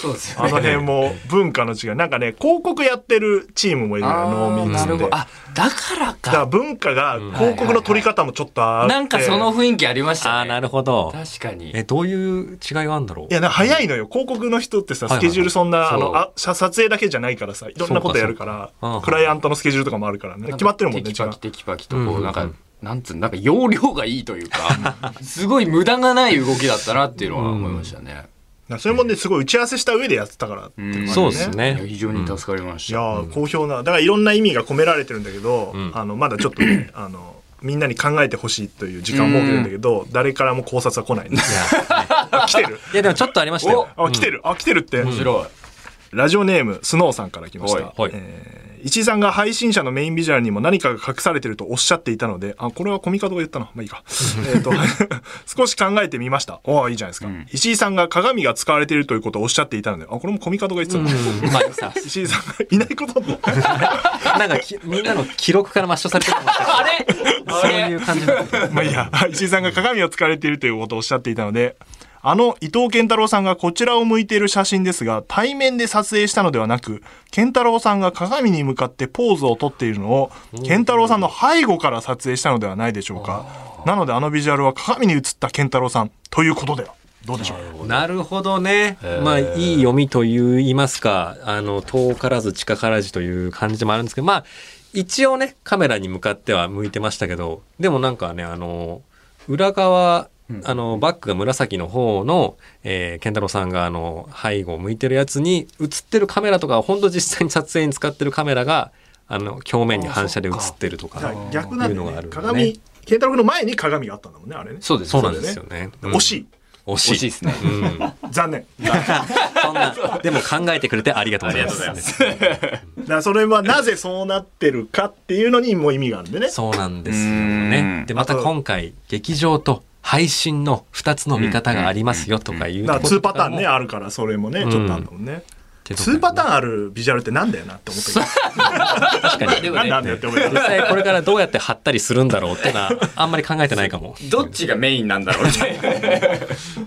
Speaker 3: そうですよ
Speaker 1: あ
Speaker 3: ね。
Speaker 1: の辺も文化の違い。なんかね、広告やってるチームもいるのよ、農民っつ
Speaker 3: な
Speaker 1: っ
Speaker 3: る
Speaker 1: て。
Speaker 3: ほど。
Speaker 1: だか
Speaker 3: あ、だから
Speaker 1: ら
Speaker 3: か。
Speaker 1: 文化が、広告の取り方もちょっとあって。
Speaker 3: なんかその雰囲気ありましたね。
Speaker 2: ああ、なるほど。
Speaker 3: 確かに。
Speaker 2: え、どういう違いがあるんだろう
Speaker 1: いや、な早いのよ。広告の人ってさ、
Speaker 2: は
Speaker 1: ス
Speaker 2: いはいはい
Speaker 1: ケジュールそんな、あ
Speaker 3: そう
Speaker 1: の、あ、さ撮影だけじゃないからさ、いろんなことやるか
Speaker 2: そうかそう
Speaker 1: ら
Speaker 2: か、
Speaker 1: クライアントのスケジュールとかもあるからね。決まってるもんね、
Speaker 3: テキ
Speaker 1: 時
Speaker 3: パ
Speaker 1: 間
Speaker 3: キ。テキパキとこう、
Speaker 2: うん
Speaker 3: なんか、なんつうのなんか容量がいいというか、すごい無駄がない動きだったなっていうのは思いましたね。
Speaker 1: なそれもね、すごい打ち合わせした上でやってたからっていうのがある
Speaker 3: ん
Speaker 1: ね。
Speaker 2: そうですね
Speaker 3: いや非常に助かりまし
Speaker 1: い
Speaker 3: た。
Speaker 1: やー、好評な。だからいろんな意味が込められてるんだけど、
Speaker 2: ん
Speaker 1: あの、まだちょっと
Speaker 2: (clears throat)
Speaker 1: ね、あの、みんなに考えてほしいという時間を設けてるんだけど、誰からも考察は来ないん (laughs) です来てる。
Speaker 2: いや、でもちょっとありましたよ。
Speaker 1: あ、来てる。あ、来てるって。
Speaker 3: 面白い。
Speaker 1: ラジオネーム、スノーさんから来ました。
Speaker 2: はいはい
Speaker 1: えー、石井さんが配信者のメインビジュアルにも何かが隠されてるとおっしゃっていたので、あ、これはコミカドが言ったな。まあ
Speaker 2: (laughs)
Speaker 1: いいか。えっと、 (laughs) 少し考えてみました。おーいいじゃないですか、石井さんが鏡が使われているということをおっしゃっていたので、あ、これもコミカドが言ってたな。
Speaker 2: うんまあさ、
Speaker 1: (laughs) 石井さんがいないこと
Speaker 2: (laughs)
Speaker 1: も。
Speaker 2: なんかきみんなの記録から抹消されてるかもしれ
Speaker 3: あれ
Speaker 2: ない。そういう感じになってる
Speaker 1: (laughs) まあいいや、石井さんが鏡を使われているということをおっしゃっていたので、あの伊藤健太郎さんがこちらを向いている写真ですが、対面で撮影したのではなく、健太郎さんが鏡に向かってポーズをとっているのを、健太郎さんの背後から撮影したのではないでしょうか。なのであのビジュアルは鏡に映った健太郎さんということでは。どうでしょう
Speaker 2: なるほどね。まあ、いい読みと言いますか、あの、遠からず近からずという感じでもあるんですけど、まあ、一応ね、カメラに向かっては向いてましたけど、でもなんかね、あの、裏側、あの、バックが紫の方の、えー、健太郎さんが、あの、背後を向いてるやつに、映ってるカメラとか、本当実際に撮影に使ってるカメラが、あの、表面に反射で映ってるとか、
Speaker 1: 逆な
Speaker 2: な
Speaker 1: んんで、
Speaker 2: だよね鏡
Speaker 1: 鏡、健太郎の前に鏡があったんだもんね、あれね。
Speaker 3: そうです。
Speaker 2: そうなん
Speaker 3: で。
Speaker 2: ですすよね。うん
Speaker 1: 惜しい。
Speaker 2: 惜しい。
Speaker 3: 惜しいですね。
Speaker 2: うん。
Speaker 1: 残念。
Speaker 2: そんな、でも考えてくれてありがとうございます。
Speaker 1: だからそれはなぜそうなってるかっていうのにも意味があるんでね。
Speaker 2: そうなんですよ
Speaker 3: う
Speaker 2: ね
Speaker 3: ん。
Speaker 2: で、また今回、劇場と配信の2つの見方がありますよとかいう
Speaker 1: だから2パターンね
Speaker 2: っ
Speaker 1: あるからそれもねちょ
Speaker 2: ん
Speaker 1: っとあるのもんね、
Speaker 2: てとこ
Speaker 1: 2パターンあるビジュアルってなんだよなって思ったけ
Speaker 2: 確かに。
Speaker 3: で
Speaker 1: どな
Speaker 3: も
Speaker 1: ん
Speaker 3: ね
Speaker 1: だなんだよって思った
Speaker 2: 実際これからどうやって貼ったりするんだろうってのは、あんまり考えてないかも。
Speaker 3: どっちがメインなんだろうみたいな。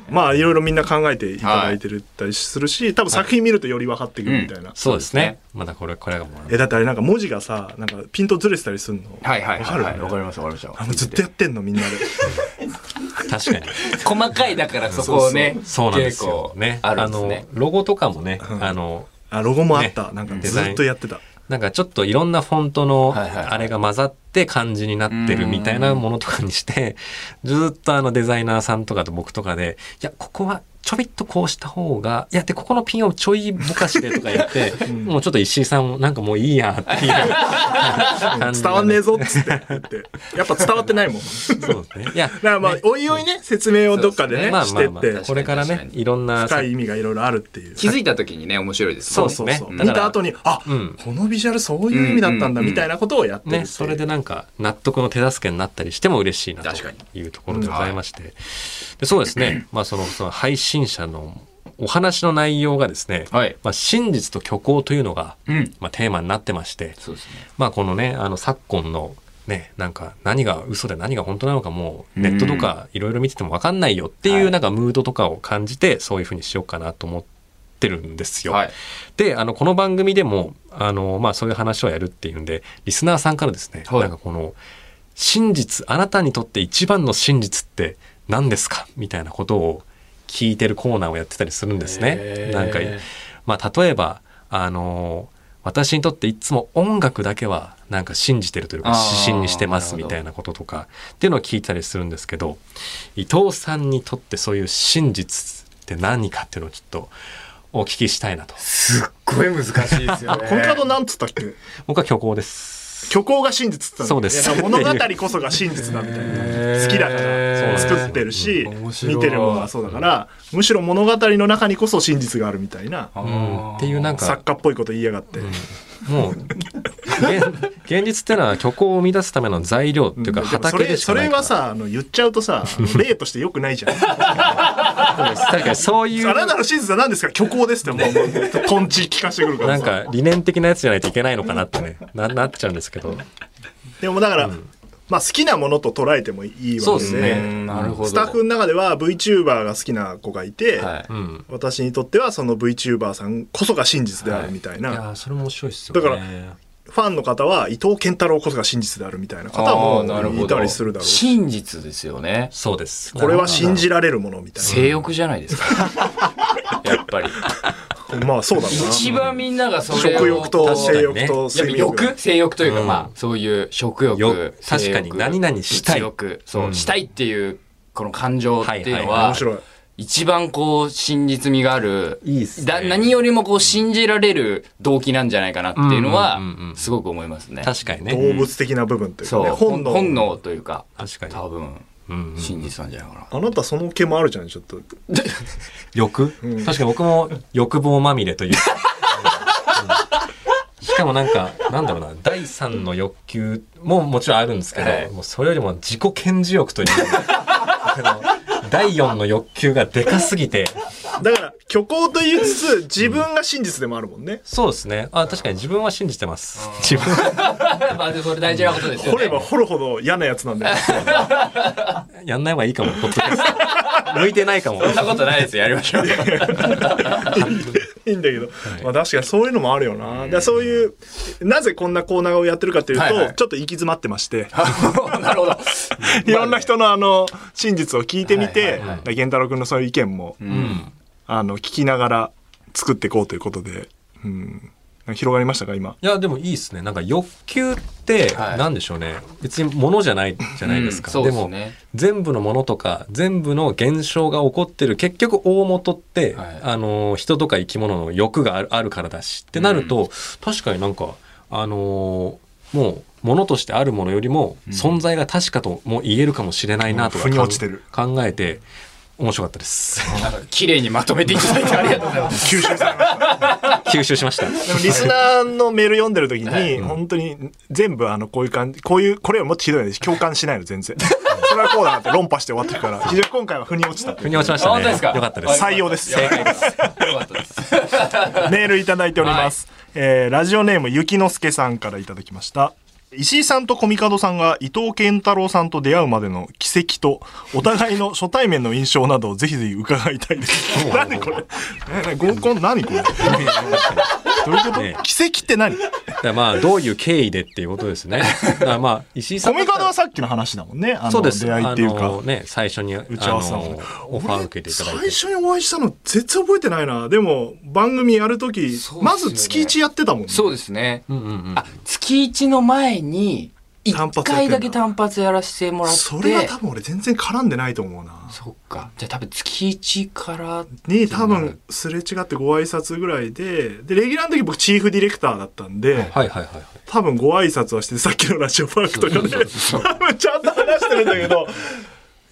Speaker 1: まあいろいろみんな考えていただいてるったりするし多分作品見るとより分かってくるみたいな、
Speaker 2: そうです
Speaker 3: そうです
Speaker 2: ね
Speaker 3: ね。
Speaker 2: まだこれ、これがもう。
Speaker 1: えだってあれなんか文字がさなんかピントずれてたりするの
Speaker 3: はいはい
Speaker 1: わ
Speaker 3: は
Speaker 1: か
Speaker 3: い
Speaker 1: る
Speaker 3: はい。
Speaker 1: よ
Speaker 3: わ
Speaker 1: ね
Speaker 3: かりましたわかりま
Speaker 1: あ
Speaker 3: し
Speaker 1: のずっとやってんのみんなで
Speaker 2: 確かに。
Speaker 3: た。細かいだからそこをね、
Speaker 2: そうなんですよ
Speaker 3: 結。構
Speaker 2: ね。
Speaker 3: あるんです
Speaker 2: の
Speaker 3: ね。、
Speaker 2: ロゴとかもね、
Speaker 1: ん
Speaker 2: あの、
Speaker 1: あロゴもあった、なんか
Speaker 2: デ
Speaker 1: ず
Speaker 2: ザイン
Speaker 1: っとやってた
Speaker 2: なんかちょっといろんなフォントの
Speaker 3: はいはいはい
Speaker 2: あれが混ざって漢字になってるみたいなものとかにして、ずっとあのデザイナーさんとかと僕とかで、いや、ここはちょびっとこうした方が、いや、で、ここのピンをちょいぼかしでとかやって、もうちょっと石井さんもなんかもういいやっていう感じ
Speaker 1: 伝わんねえぞっつって言ってやっぱ伝わってないもんだ
Speaker 2: え。そうですね。いや、
Speaker 1: からまあ、
Speaker 2: ね
Speaker 1: おいおいね説明をどっかでね
Speaker 2: まあ
Speaker 1: し
Speaker 2: ま
Speaker 1: て
Speaker 2: あ
Speaker 1: っ
Speaker 2: まあ、
Speaker 1: て
Speaker 2: これから
Speaker 3: 確か
Speaker 2: ね
Speaker 3: に確、かに
Speaker 2: いろんな、
Speaker 1: 深い意味がいろいろあるっていう
Speaker 3: 気づいた時にね、面白いですも
Speaker 2: そ
Speaker 3: ん
Speaker 2: う
Speaker 3: ね。
Speaker 2: そう
Speaker 1: そうそう
Speaker 2: ね
Speaker 1: 見た後にあ、
Speaker 2: うん
Speaker 1: このビジュアルそういう意味だったんだみたいなことをやってるっていう
Speaker 2: ね、それでなんか納得の手助けになったりしても嬉しいなと
Speaker 3: 確か
Speaker 2: いうところでございまして、でそうですね、まあ、そのその配信者のお話の内容がですね、
Speaker 3: はい
Speaker 2: まあ、真実と虚構というのが、
Speaker 3: うん
Speaker 2: まあ、テーマになってまして、
Speaker 3: そうですね。
Speaker 2: まあ、このねあの昨今の、ね、なんか何が嘘で何が本当なのかもうネットとかいろいろ見てても分かんないよってい
Speaker 3: は
Speaker 2: う
Speaker 3: い
Speaker 2: なんかムードとかを感じてそういうふうにしようかなと思ってるんですよ。
Speaker 3: はい。
Speaker 2: であのこの番組でもあの、まあ、そういう話をやるっていうんでリスナーさんからですね、
Speaker 3: はい
Speaker 2: なんかこの真実あなたにとって一番の真実って何ですかみたいなことを聞いてるコーナーをやってたりするんですね
Speaker 3: へ。ー
Speaker 2: なんか、まあ、例えばあの私にとっていつも音楽だけはなんか信じてるというか
Speaker 3: あー
Speaker 2: 指針にしてます
Speaker 3: な
Speaker 2: み
Speaker 3: るほど
Speaker 2: たいなこととかっていうのを聞いたりするんですけど伊藤さんにとってそういう真実って何かっていうのをちょっとお聞きしたいなと
Speaker 3: すっごい難しいですよね。
Speaker 1: コミカドなんつったっけ
Speaker 2: 僕は虚構です。
Speaker 1: 虚構が真実っつったの
Speaker 2: そうです
Speaker 1: いや物語こそが真実だみたい
Speaker 3: へ
Speaker 1: な
Speaker 3: ー
Speaker 1: 好きだから
Speaker 3: そう
Speaker 1: 作ってるし
Speaker 3: うん面白い
Speaker 1: 見てるものはそうだからむしろ物語の中にこそ真実があるみたいな
Speaker 3: あ
Speaker 2: う
Speaker 3: ー
Speaker 2: ん、っていうなんか
Speaker 1: 作家っぽいこと言いやがって
Speaker 2: もう現現実ってのは虚構を生み出すための材料っていう
Speaker 1: で
Speaker 2: か
Speaker 1: もそ
Speaker 2: 畑
Speaker 1: れ
Speaker 2: でしか
Speaker 1: そ
Speaker 2: な
Speaker 1: れ
Speaker 2: いから
Speaker 1: はさあの言っちゃうとさ
Speaker 2: (laughs)
Speaker 1: あの例としてよくないじゃんあ
Speaker 2: 確かにそういう
Speaker 1: なたの真実は何ですか虚構ですってもうとんち聞かしてくるから
Speaker 2: なん
Speaker 1: さ
Speaker 2: か理念的なやつじゃないといけないのかなってねななっちゃうんですけど
Speaker 1: でもだから、まあ、好きなものと捉えてもいい
Speaker 2: そう
Speaker 1: わ
Speaker 2: で
Speaker 1: け
Speaker 2: す
Speaker 1: で
Speaker 2: ね。
Speaker 3: なるほど。
Speaker 1: スタッフの中では VTuber が好きな子がいて、
Speaker 3: はい。
Speaker 2: うん。
Speaker 1: 私にとってはその VTuber さんこそが真実であるみたい
Speaker 2: い
Speaker 1: な、
Speaker 2: やー、それも面白いっすよね。
Speaker 1: だからファンの方は伊藤健太郎こそが真実であるみたいな方も
Speaker 3: あーなるほど
Speaker 1: いたりするだろうし
Speaker 3: 真実ですよね。
Speaker 2: そうです。
Speaker 1: これは信じられるものみたい
Speaker 3: 性欲じゃないですか。やっぱり。
Speaker 1: なまあそうだろう
Speaker 3: (laughs)
Speaker 1: な
Speaker 3: 一番みんながそれを。
Speaker 1: 食欲と
Speaker 2: 確かにね
Speaker 1: 性欲と
Speaker 3: やっぱ
Speaker 1: 睡眠欲
Speaker 3: 欲性欲というか、
Speaker 2: うん
Speaker 3: まあ、そういう食
Speaker 2: よ
Speaker 3: 欲。
Speaker 2: 確かに
Speaker 3: 性欲
Speaker 2: 何々したい
Speaker 3: 物欲。そう、
Speaker 2: うん
Speaker 3: したいっていう、この感情っていうの
Speaker 2: はいはい
Speaker 1: 面
Speaker 3: は、
Speaker 1: 白い
Speaker 3: 一番こう、真実味がある。
Speaker 2: いいっすね
Speaker 3: だ何よりもこう、信じられる動機なんじゃないかなっていうのは
Speaker 2: うんうんうんうん、
Speaker 3: すごく思いますね。
Speaker 2: 確かにね。
Speaker 1: 動物的な部分というか
Speaker 3: そう
Speaker 1: ね、。
Speaker 3: 本
Speaker 1: 本
Speaker 3: 能
Speaker 1: 能
Speaker 3: 本能というか、
Speaker 2: 確かに。
Speaker 3: 多分、
Speaker 2: うんうん
Speaker 3: 真実なんじゃないかな。
Speaker 1: あなたその毛もあるじゃんちょっと
Speaker 2: 欲、
Speaker 1: うん
Speaker 2: 確かに僕も欲望まみれというか。うんしかもなんか、なんだろうな、第三の欲求ももちろんあるんですけど、
Speaker 3: はい
Speaker 2: もうそれよりも自己顕示欲というか、あの第四の欲求がでかすぎて、
Speaker 1: だから虚構と言いつつ自分が真実でもあるもんね、
Speaker 2: そうですね。あ、確かに自分は信じてます。自分は、
Speaker 3: まあ、でもそれ大事なことですよ
Speaker 1: 掘れば
Speaker 3: ね。
Speaker 1: 掘るほど嫌なやつなん
Speaker 3: (laughs)
Speaker 1: だよ
Speaker 2: やんない方がいいかも、ポッドキャス (laughs) ト。向いてないかも。
Speaker 3: そんなことないですよ。やりましょう。
Speaker 1: いいんだけど、まあ確かにそういうのもあるよな、でそういうなぜこんなコーナーをやってるかというと、
Speaker 3: はいはい
Speaker 1: ちょっと行き詰まってまして
Speaker 3: なるほど。
Speaker 1: いろんな人のあの真実を聞いてみ
Speaker 3: は
Speaker 1: て、
Speaker 3: いはいはい
Speaker 1: 源太郎君のそういう意見も、
Speaker 3: うん。
Speaker 1: あの聞きながら作っていこうということで、うん、広がりましたか
Speaker 3: (laughs)
Speaker 1: 今。
Speaker 2: いや、でもいいですね。なんか欲求って、
Speaker 3: はい
Speaker 2: なんでしょうね。別に物じゃないじゃないですか。
Speaker 3: うんそうです
Speaker 2: も
Speaker 3: ね、
Speaker 2: 全部のものとか、全部の現象が起こってる、結局大元って、
Speaker 3: はい
Speaker 2: あのー、人とか生き物の欲があるあるからだし、ってなると、確かになんか、あのーもう、物としてあるものよりも、存在が確かとも言えるかもしれないなとか
Speaker 1: うん腑に落ちてる
Speaker 2: 考えて、面白かったです。 (laughs)
Speaker 3: なんか綺麗にまとめていただいてありがとうご
Speaker 1: (laughs)
Speaker 3: ざいます。
Speaker 1: 吸収されました
Speaker 2: 吸収しました。
Speaker 1: でもリスナーのメール読んでる時
Speaker 3: は
Speaker 1: に本当に全部あのこういう感じこういうこれはもっとひどいです共感しないの全然 (laughs) それはこうだなって論破して終わってるから非常に今回は腑に落ちたとい
Speaker 2: 腑
Speaker 1: う
Speaker 2: に落ちましたね。
Speaker 3: 本当ですか
Speaker 2: よかったで
Speaker 3: は
Speaker 2: す
Speaker 3: い。
Speaker 1: 採用です
Speaker 3: 正解です。よかったです。
Speaker 1: メールいただいております、えーラジオネームゆきのすけさんからいただきました石井さんとコミカドさんが伊藤健太郎さんと出会うまでの奇跡とお互いの初対面の印象などをぜひぜひ伺いたいです何これえ合コン
Speaker 2: (laughs)
Speaker 1: 何これどういうこと、
Speaker 2: ね
Speaker 1: 奇跡って何
Speaker 2: だからまあ、どういう経緯でっていうことですね。だからまあ、石井さ
Speaker 1: コ
Speaker 2: んだ
Speaker 1: ミ
Speaker 2: った
Speaker 1: カ
Speaker 2: ら
Speaker 1: ドはさっきの話だもんねあ
Speaker 2: そう
Speaker 1: の
Speaker 2: です。
Speaker 1: 出会いっていう
Speaker 2: あ
Speaker 1: か
Speaker 2: のね、最初に、あの
Speaker 1: 打ち合わせの
Speaker 2: オファー受けていただいて
Speaker 1: 最。初にお会いしたの全然覚えてないなでも番組やる時、
Speaker 3: すよね
Speaker 1: まず月1やってたもんね
Speaker 3: そうですね。
Speaker 2: うんうんうん
Speaker 3: あ、月一の前に、一
Speaker 1: 単発やって
Speaker 3: 回
Speaker 1: んだ
Speaker 3: だけ単発やらせてもらって。
Speaker 1: それは多分俺全然絡んでないと思うな
Speaker 3: そっか。じゃあ多分月一から。
Speaker 1: に多分すれ違ってご挨拶ぐらいででレギュラーの時僕チーフディレクターだったんで、
Speaker 2: はいはいはいはい。
Speaker 1: 多分ご挨拶はしてさっきのラジオパークとかで多分ちゃんと話してるんだけど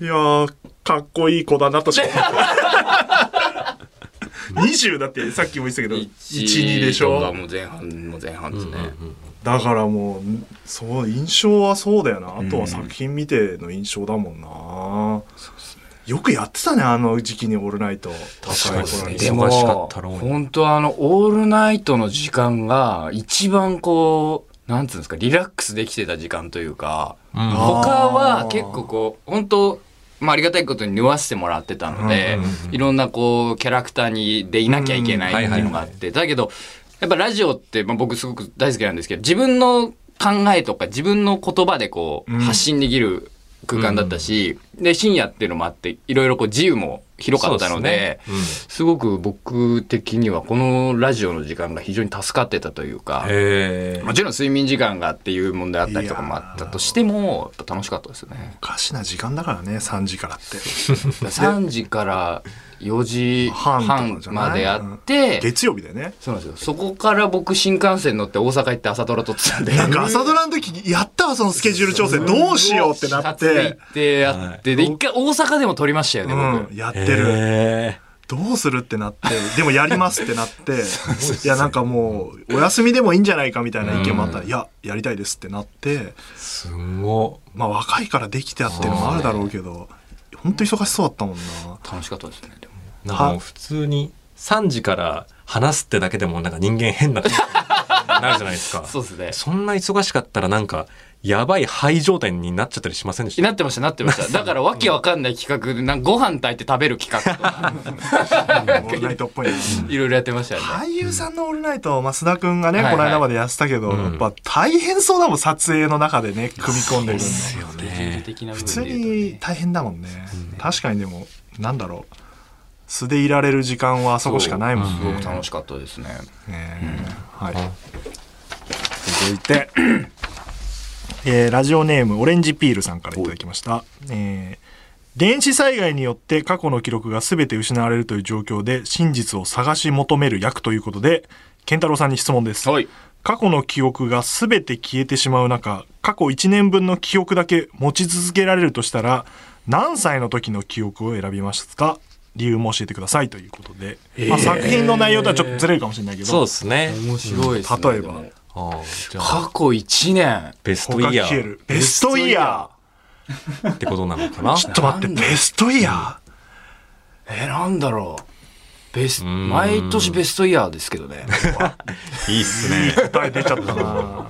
Speaker 1: いやーかっこいい子だなとしか思って20だってさっきも言ってたけど12でしょ
Speaker 3: がもう前半、もう前半ですね。
Speaker 1: だからもうそう印象はそうだよなあとは作品見ての印象だもんな、よくやってたねあの時期に「オールナイト」
Speaker 2: かにそうですね
Speaker 1: で
Speaker 3: で
Speaker 1: も
Speaker 3: も
Speaker 2: 忙しかったろうに
Speaker 3: 本当あの、オールナイトの時間が、一番こう、なんつうんですか、リラックスできてた時間というか、
Speaker 2: あ
Speaker 3: 他は結構こう、本当まあ、ありがたいことに縫わせてもらってたので、
Speaker 2: うんうんうん
Speaker 3: いろんなこう、キャラクターに出いなきゃいけないっていうのがあって、だけど、やっぱラジオって、まあ、僕すごく大好きなんですけど、自分の考えとか自分の言葉でこう、
Speaker 1: うん
Speaker 3: 発信できる空間だったし、で、深夜っていうのもあって、いろいろこう、自由も広かったので、
Speaker 2: そうです
Speaker 3: すごく僕的にはこのラジオの時間が非常に助かってたというか、
Speaker 2: へえ。
Speaker 3: もちろん睡眠時間がっていう問題あったりとかもあったとしても、やっぱ楽しかったですよね。
Speaker 1: おかしな時間だからね3時からって
Speaker 3: 3時から4時半まであって、
Speaker 1: 月曜日だよね
Speaker 3: そうなんですよ。そこから僕新幹線乗って大阪行って朝ドラ撮ってたんで。
Speaker 1: なんか朝ドラの時やったわそのスケジュール調整ど (laughs) うしようってなっ
Speaker 3: 撮影行
Speaker 1: て
Speaker 3: っ、てやって、で、一回大阪でも撮りましたよね、
Speaker 1: うん、
Speaker 3: 僕。
Speaker 1: やってる、
Speaker 2: へ
Speaker 1: どうするってなってでもやりますってなっていやなんかもうお休みでもいいんじゃないかみたいな意見もあったら、いややりたいですってなって
Speaker 2: え。すご
Speaker 1: まあ若いからできてあっていうのもあるだろうけど、本当忙しそうだったもんな。
Speaker 3: 楽しかったですね。でも
Speaker 2: い。なんかもう普通に3時から話すってだけでもなんか人間変な感じになるじゃないですか。
Speaker 3: (laughs) そうですね。
Speaker 2: そんな忙しかったらなんかやばい肺状態になっちゃったりしませんでした
Speaker 3: なってました、なってま
Speaker 1: (laughs)
Speaker 3: した。だからわけわかんない企画で、なんかご飯炊いて食べる企画とか、
Speaker 1: オールナイトっぽいな。
Speaker 3: いろいろやってましたよね。
Speaker 1: 俳優さんのオールナイト、増田くんがね、
Speaker 3: はいはい
Speaker 1: この間までやってたけど、
Speaker 2: うん
Speaker 1: やっぱ大変そうだもん、撮影の中でね、組み込んでるの。
Speaker 2: すよね。
Speaker 3: 的な部
Speaker 1: 普
Speaker 3: 分
Speaker 1: 通
Speaker 3: で言うと
Speaker 1: に
Speaker 3: ね
Speaker 1: 大変だもんね。確かにでも、なんだろう。素でいられる時間はあそこしかないもんね。
Speaker 3: そうすごく楽しかったですね。
Speaker 1: ねはい。続いて、えーラジオネームオレンジピールさんからいただきました。えー電子災害によって過去の記録が全て失われるという状況で真実を探し求める役ということで、健太郎さんに質問です。
Speaker 3: はい。
Speaker 1: 過去の記憶が全て消えてしまう中、過去1年分の記憶だけ持ち続けられるとしたら、何歳の時の記憶を選びますか理由も教えてくださいということで、まあ、作品の内容とはちょっとずれるかもしれないけど、
Speaker 2: そうですね。
Speaker 3: 面白いですね。
Speaker 1: 例えば
Speaker 3: でも
Speaker 2: あーじゃあ
Speaker 3: 過去1年。
Speaker 2: ベスト
Speaker 1: 他
Speaker 2: イヤ
Speaker 1: 消え
Speaker 2: ー
Speaker 1: る。ベストイヤ
Speaker 2: ってことなのかな
Speaker 1: ー。 (laughs) ちょっと待って、
Speaker 3: なん
Speaker 1: ベ
Speaker 3: だ
Speaker 1: ストイヤー。
Speaker 3: えー、なんだろう。ベス
Speaker 2: うーん
Speaker 3: 毎年ベストイヤーですけど (laughs) ね。
Speaker 2: いいっすね。
Speaker 1: 答え出ちゃったな。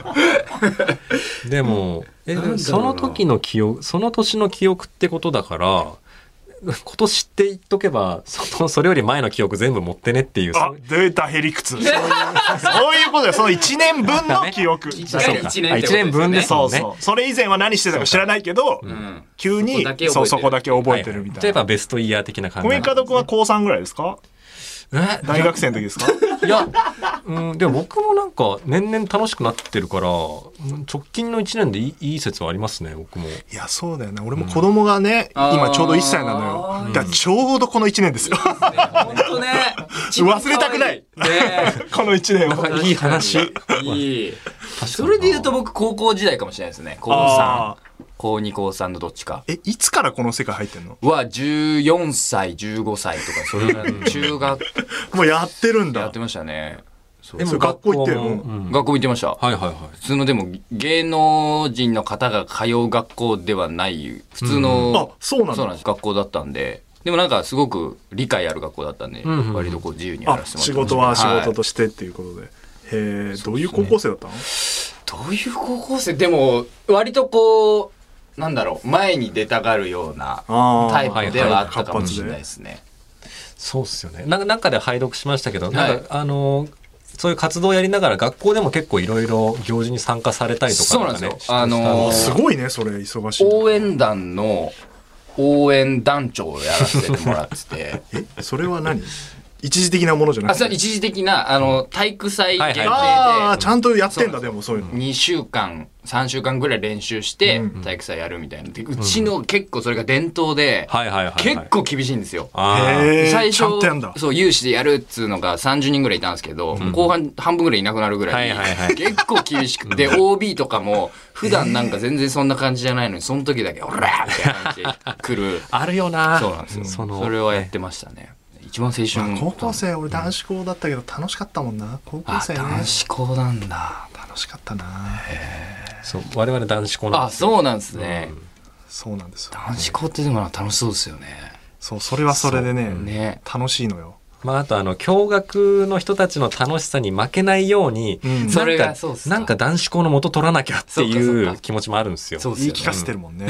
Speaker 2: でも、え、で
Speaker 3: なん
Speaker 2: も
Speaker 3: だろうな
Speaker 2: その時の記憶、その年の記憶ってことだから、 (laughs) 今年って言っとけば、その、それより前の記憶全部持ってねっていう、
Speaker 1: あ
Speaker 2: そう、
Speaker 1: 出たヘリクツ。そういうそういうことだよ。その1年分の記憶。
Speaker 3: だね一年
Speaker 2: あ
Speaker 3: ってことですよね
Speaker 2: 一年分です
Speaker 1: そ
Speaker 2: も
Speaker 1: うん
Speaker 2: ね。
Speaker 1: そう。それ以前は何してたか知らないけど、
Speaker 3: うん。
Speaker 1: 急に
Speaker 3: そこだけ覚えてる
Speaker 1: そうそこだけ覚えてるみた
Speaker 2: 例え
Speaker 1: いな。
Speaker 2: ばベストイヤー的な感じ
Speaker 1: コメ
Speaker 2: なの。
Speaker 1: カド君は高3ぐらいですか
Speaker 2: え
Speaker 1: 大学生の時 (laughs) ですか
Speaker 2: いや、うん、でも僕もなんか年々楽しくなってるから、うん直近の1年でいいいい説はありますね、僕も。
Speaker 1: いや、そうだよね。俺も子供がね、今ちょうど1歳なの
Speaker 3: あ
Speaker 1: よ。
Speaker 3: ー
Speaker 1: だからちょうどこの1年ですよ。
Speaker 3: 本当ね。一番
Speaker 1: (laughs)
Speaker 3: 可愛
Speaker 1: 忘れたく
Speaker 3: (laughs)
Speaker 1: ない
Speaker 3: ね
Speaker 1: (laughs) この1年を。
Speaker 2: あいい話。
Speaker 3: いい。それで言うと僕、高校時代かもしれないですね。高3
Speaker 1: あ。
Speaker 3: 高2、高3のどっちか。
Speaker 1: え、いつからこの世界入ってんの
Speaker 3: は、14歳、15歳とか、それぐらいの中学
Speaker 1: もうやってるん
Speaker 3: や
Speaker 1: だ
Speaker 3: って。ましたね。そう
Speaker 2: で
Speaker 1: そう学校行ってるう
Speaker 2: もうん
Speaker 3: 学校行ってました。
Speaker 2: はいはいはい。
Speaker 3: 普通のでも芸能人の方が通う学校ではない普通の、
Speaker 1: あそうなんだ
Speaker 3: です学校だったんででもなんかすごく理解ある学校だったんで、
Speaker 2: んうんうん
Speaker 3: 割とこう自由にや
Speaker 1: あ
Speaker 3: らせてもらって
Speaker 1: 仕事は仕事
Speaker 3: と、
Speaker 1: としてっていうことで、へえどういう高校生だったの
Speaker 3: はいどういう高校生でも割とこうなんだろう前に出たがるような
Speaker 1: あー
Speaker 3: タイプではあ
Speaker 1: い
Speaker 3: ったかもしれないですね、
Speaker 2: そうっすよね。なんかなんかで拝読しましたけど、
Speaker 3: は
Speaker 2: なん
Speaker 3: い
Speaker 2: かあのーそういう活動をやりながら学校でも結構いろいろ行事に参加されたりとか
Speaker 3: そうなん
Speaker 2: か
Speaker 3: ですよ
Speaker 2: してた
Speaker 3: あのー
Speaker 1: すごいねそれ忙しい
Speaker 3: 応援団の応援団長をやらせてもらってて
Speaker 1: (laughs) えそれは何一時的なものじゃな
Speaker 3: あ
Speaker 1: くて
Speaker 3: それは一時的なあの体育祭限定で、
Speaker 2: はい
Speaker 1: ああちゃんとやってんだでもそういうの
Speaker 3: 2週間3週間ぐらい練習して体育祭やるみたいなでうちの結構それが伝統で
Speaker 2: はいはいはい、はい。
Speaker 3: 結。構厳しいんですよ。
Speaker 2: あー
Speaker 1: へえ
Speaker 3: 最
Speaker 1: ちゃん
Speaker 3: 初
Speaker 1: とやんだ
Speaker 3: そう有志でやるっつうのが30人ぐらいいたんですけど、後半半分ぐらいいなくなるぐらい,、
Speaker 2: はいはいはい
Speaker 3: 結構厳しくて OB とかも普段なんか全然そんな感じじゃないのにその時だけ「オラ!」みたいな感じで来る
Speaker 2: あるよな
Speaker 3: そうなんですよ
Speaker 2: その
Speaker 3: それはやってましたね一番青春
Speaker 1: 高校生俺男子校だったけど楽しかったもんな高校
Speaker 3: あ
Speaker 1: 生ね
Speaker 3: 男子校なんだ
Speaker 1: 楽しかったな
Speaker 2: そう我々男子校なん
Speaker 3: あ
Speaker 2: ですよ
Speaker 3: そうなんですね、
Speaker 1: そうなんですよ
Speaker 3: 男子校ってでも楽しそうですよね
Speaker 1: そうそれはそれでね
Speaker 3: ね
Speaker 1: 楽しいのよ
Speaker 2: まあ、あとあの共学の人たちの楽しさに負けないように、
Speaker 1: うん
Speaker 2: なんか
Speaker 3: それがそうっすか
Speaker 2: なんか男子校の元取らなきゃって
Speaker 3: そう
Speaker 2: い
Speaker 3: かそう
Speaker 2: う
Speaker 3: か
Speaker 2: 気持ちもあるんですよ。
Speaker 3: そうっす
Speaker 1: 言
Speaker 3: よ
Speaker 1: い
Speaker 3: ね
Speaker 1: 聞かせてるもんね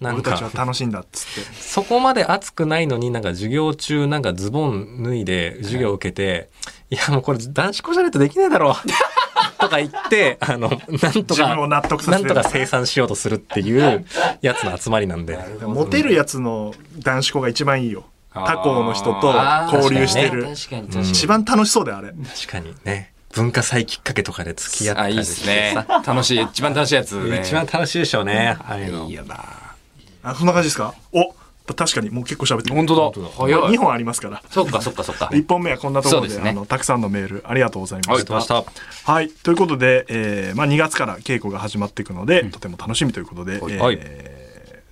Speaker 2: な
Speaker 1: 俺
Speaker 2: ん
Speaker 1: たちは
Speaker 2: か
Speaker 1: 楽しいんだっつって
Speaker 2: そこまで熱くないのになんか授業中なんかズボン脱いで授業を受けて、い、やもうこれ男子校じゃないとできねえだろ (laughs) うとか言ってあのなんと
Speaker 1: 自分を
Speaker 2: か
Speaker 1: 納得さ
Speaker 2: な
Speaker 1: せ
Speaker 2: ん
Speaker 1: て
Speaker 2: と
Speaker 1: る
Speaker 2: か生産しようとするっていうやつの集まりなんで。
Speaker 1: モテるやつの男子校が一番いいよ他校の人と
Speaker 3: あー
Speaker 1: 交流してる
Speaker 3: 確かに確かに確か
Speaker 1: 一番楽しそうであれ
Speaker 2: 確かにね文化祭きっかけとかで付き合
Speaker 3: に。
Speaker 2: った
Speaker 3: あ、いい
Speaker 2: り
Speaker 3: で
Speaker 2: し
Speaker 3: す
Speaker 2: て
Speaker 3: ね
Speaker 2: さ。
Speaker 3: 楽しい、一番楽しいやつね。
Speaker 2: 一番楽しいでしょうね。ああいうの
Speaker 3: いいよな。
Speaker 1: あそんな感じですかお確かにもう結構喋って
Speaker 3: 本当だ。早
Speaker 1: 2
Speaker 3: い。
Speaker 1: 本ありますから
Speaker 3: そっかそっかそっか。
Speaker 1: 1本目はこんなところで
Speaker 3: そうですね
Speaker 1: あのたくさんのメールありがとうございま
Speaker 2: あり
Speaker 1: し
Speaker 2: がと
Speaker 1: た。
Speaker 2: うございまし
Speaker 1: はい、ということで、えーまあ、2月から稽古が始まっていくので、とても楽しみということで、えー
Speaker 2: はい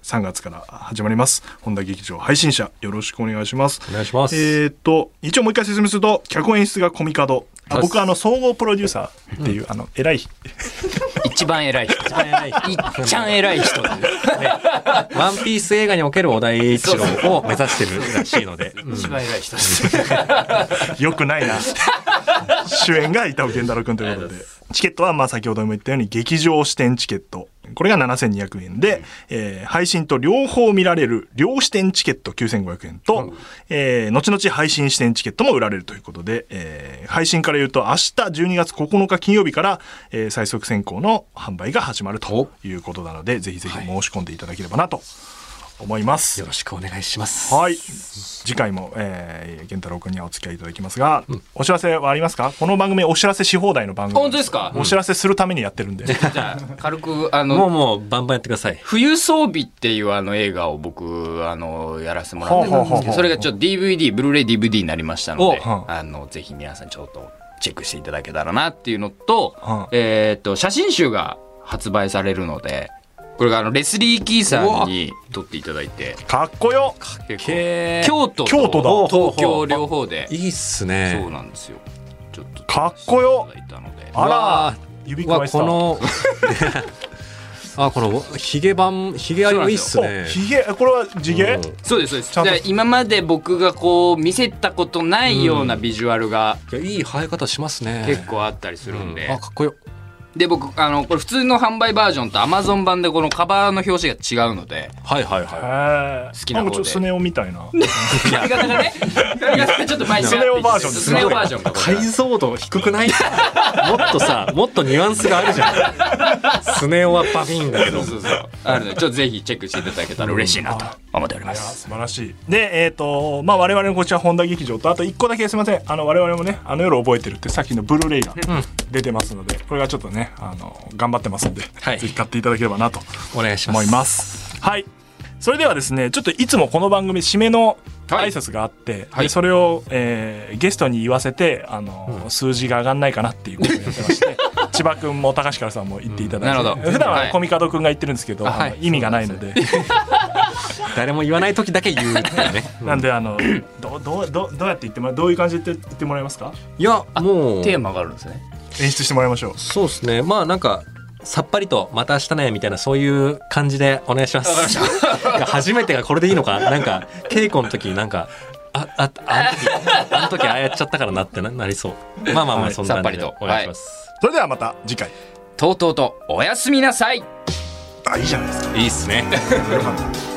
Speaker 1: 3月から始まります本田劇場配信者よろしくお願いします。
Speaker 2: お願いします
Speaker 1: えーっと一応もう一回説明すると脚本演出がコミカドあ
Speaker 2: はい
Speaker 1: 僕あの総合プロデューサーっていう、あの偉い
Speaker 3: 一番偉い人。
Speaker 2: 一番偉い人
Speaker 3: いっちゃん偉い人。
Speaker 2: ワンピース映画における小田栄一郎を目指してるらしいので。うん
Speaker 3: 一番偉い人です。
Speaker 1: よくないな。主演が伊藤健太郎君ということで。チケットは、まあ先ほども言ったように、劇場視点チケット。これが7200円で、えー配信と両方見られる両視点チケット9500円と、えー後々配信視点チケットも売られるということで、えー配信から言うと明日12月9日金曜日から、えー最速先行の販売が始まるということなので、ぜひぜひ申し込んでいただければなと思います。
Speaker 2: よろしくお願いします。
Speaker 1: はい。次回も、えー、健太郎君にはお付き合いいただきますが、お知らせはありますかこの番組お知らせし放題の番組。
Speaker 3: 本当ですか
Speaker 1: お知らせするためにやってるんで。 (laughs)
Speaker 3: じゃあ、軽く、あ
Speaker 2: もう
Speaker 3: の、
Speaker 2: もうバンバンやってください。
Speaker 3: 冬装備っていうあの映画を僕、あの、やらせてもらってるん
Speaker 1: ほうほう
Speaker 3: です
Speaker 1: ほうほう
Speaker 3: けど、それがちょっと DVD、ブルーレイ DVD になりましたので、
Speaker 1: おうん
Speaker 3: あの、ぜひ皆さんちょっとチェックしていただけたらなっていうのと
Speaker 1: うん、
Speaker 3: えっと、写真集が発売されるので、これがあの、レスリー・キーさんに撮っていただいて、
Speaker 1: かっこよ
Speaker 3: 結構
Speaker 2: けー
Speaker 3: 京都と
Speaker 1: 京都だ
Speaker 3: 東京両方で、
Speaker 2: いいっす
Speaker 3: そう
Speaker 2: ね。
Speaker 3: なんですよ。ちょっと
Speaker 1: かっこよ
Speaker 3: いただいたので
Speaker 1: あら
Speaker 2: わ
Speaker 1: 指くわ
Speaker 2: わ
Speaker 1: えてた。
Speaker 2: このあこのヒゲバンヒゲありもいいっす
Speaker 1: お
Speaker 2: ね。
Speaker 1: ひげ、これは地毛
Speaker 2: うん
Speaker 3: そうですそうです
Speaker 1: ちゃんと
Speaker 3: だから今まで僕がこう見せたことないようなビジュアルが
Speaker 2: いやいい生え方しますね。
Speaker 3: 結構あったりするんで、
Speaker 2: あかっこよ。
Speaker 3: で僕あのこれ普通の販売バージョンと Amazon 版でこのカバーの表紙が違うので
Speaker 2: はいはい
Speaker 1: へ
Speaker 2: は
Speaker 1: ー
Speaker 3: 好きな
Speaker 1: ん
Speaker 3: 方で
Speaker 1: かちょっとスネ夫みたいな。
Speaker 3: 髪型がね髪型がちょっと前に
Speaker 1: スネ夫バージョン
Speaker 3: スネ夫バージョン
Speaker 2: い。
Speaker 3: かこれ
Speaker 2: 像度低くない？ (laughs) もっとさもっとニュアンスがあるじゃん。スネ夫はバフィンだけど
Speaker 3: そう。そうそうあるのでちょっとぜひチェックしていただけたら嬉しいなと思っておりま
Speaker 1: いや
Speaker 3: す
Speaker 1: 素晴らしいでえっ、とまあ我々のこちら本田劇場とあと1個だけすいませんあの我々もねあの夜覚えてるってさっきのブルーレイが出てますので、これがちょっとねあの頑張ってますんで、
Speaker 2: はい
Speaker 1: ぜひ買っていただければなと
Speaker 2: お願いします。
Speaker 1: 思います。はい。それではですね、ちょっといつもこの番組締めの
Speaker 3: は
Speaker 1: 挨
Speaker 3: い
Speaker 1: 拶があって、
Speaker 3: はい
Speaker 1: でそれを、えーゲストに言わせて、あの、数字が上がんないかなっていうことをやってま (laughs) して、千葉くんも高橋からさんも言っていただいて、
Speaker 3: うんなるほど
Speaker 1: 普段
Speaker 3: は
Speaker 1: はいコミカドくんが言ってるんですけど、
Speaker 3: あはい
Speaker 1: あの意味がないので、
Speaker 2: 誰も言わない時だけ言うっていうね。
Speaker 1: (laughs) なんであの、どうどうどうどうやって言ってもらどういう感じで言って言ってもらえますか？
Speaker 2: いやもう
Speaker 3: テーマがあるんですね
Speaker 1: 演出してもらいましょう。
Speaker 2: そうですね。まあなんか、さっぱりと、また明日ね、みたいな、そういう感じでお願いします。初めてがこれでいいのかなんか、稽古の時になんか、あ、あ、あの時、あの時ああやっちゃったからなってななりそう。まあまあま
Speaker 1: は
Speaker 2: あ、
Speaker 1: い
Speaker 2: そんな感じで
Speaker 3: さっぱ
Speaker 2: お
Speaker 3: りと
Speaker 2: 願いします。
Speaker 1: それではまた次回。
Speaker 3: とうとうとおやすみなさい
Speaker 1: あいいじゃないですか。
Speaker 2: いいっすね。
Speaker 1: (laughs) よかった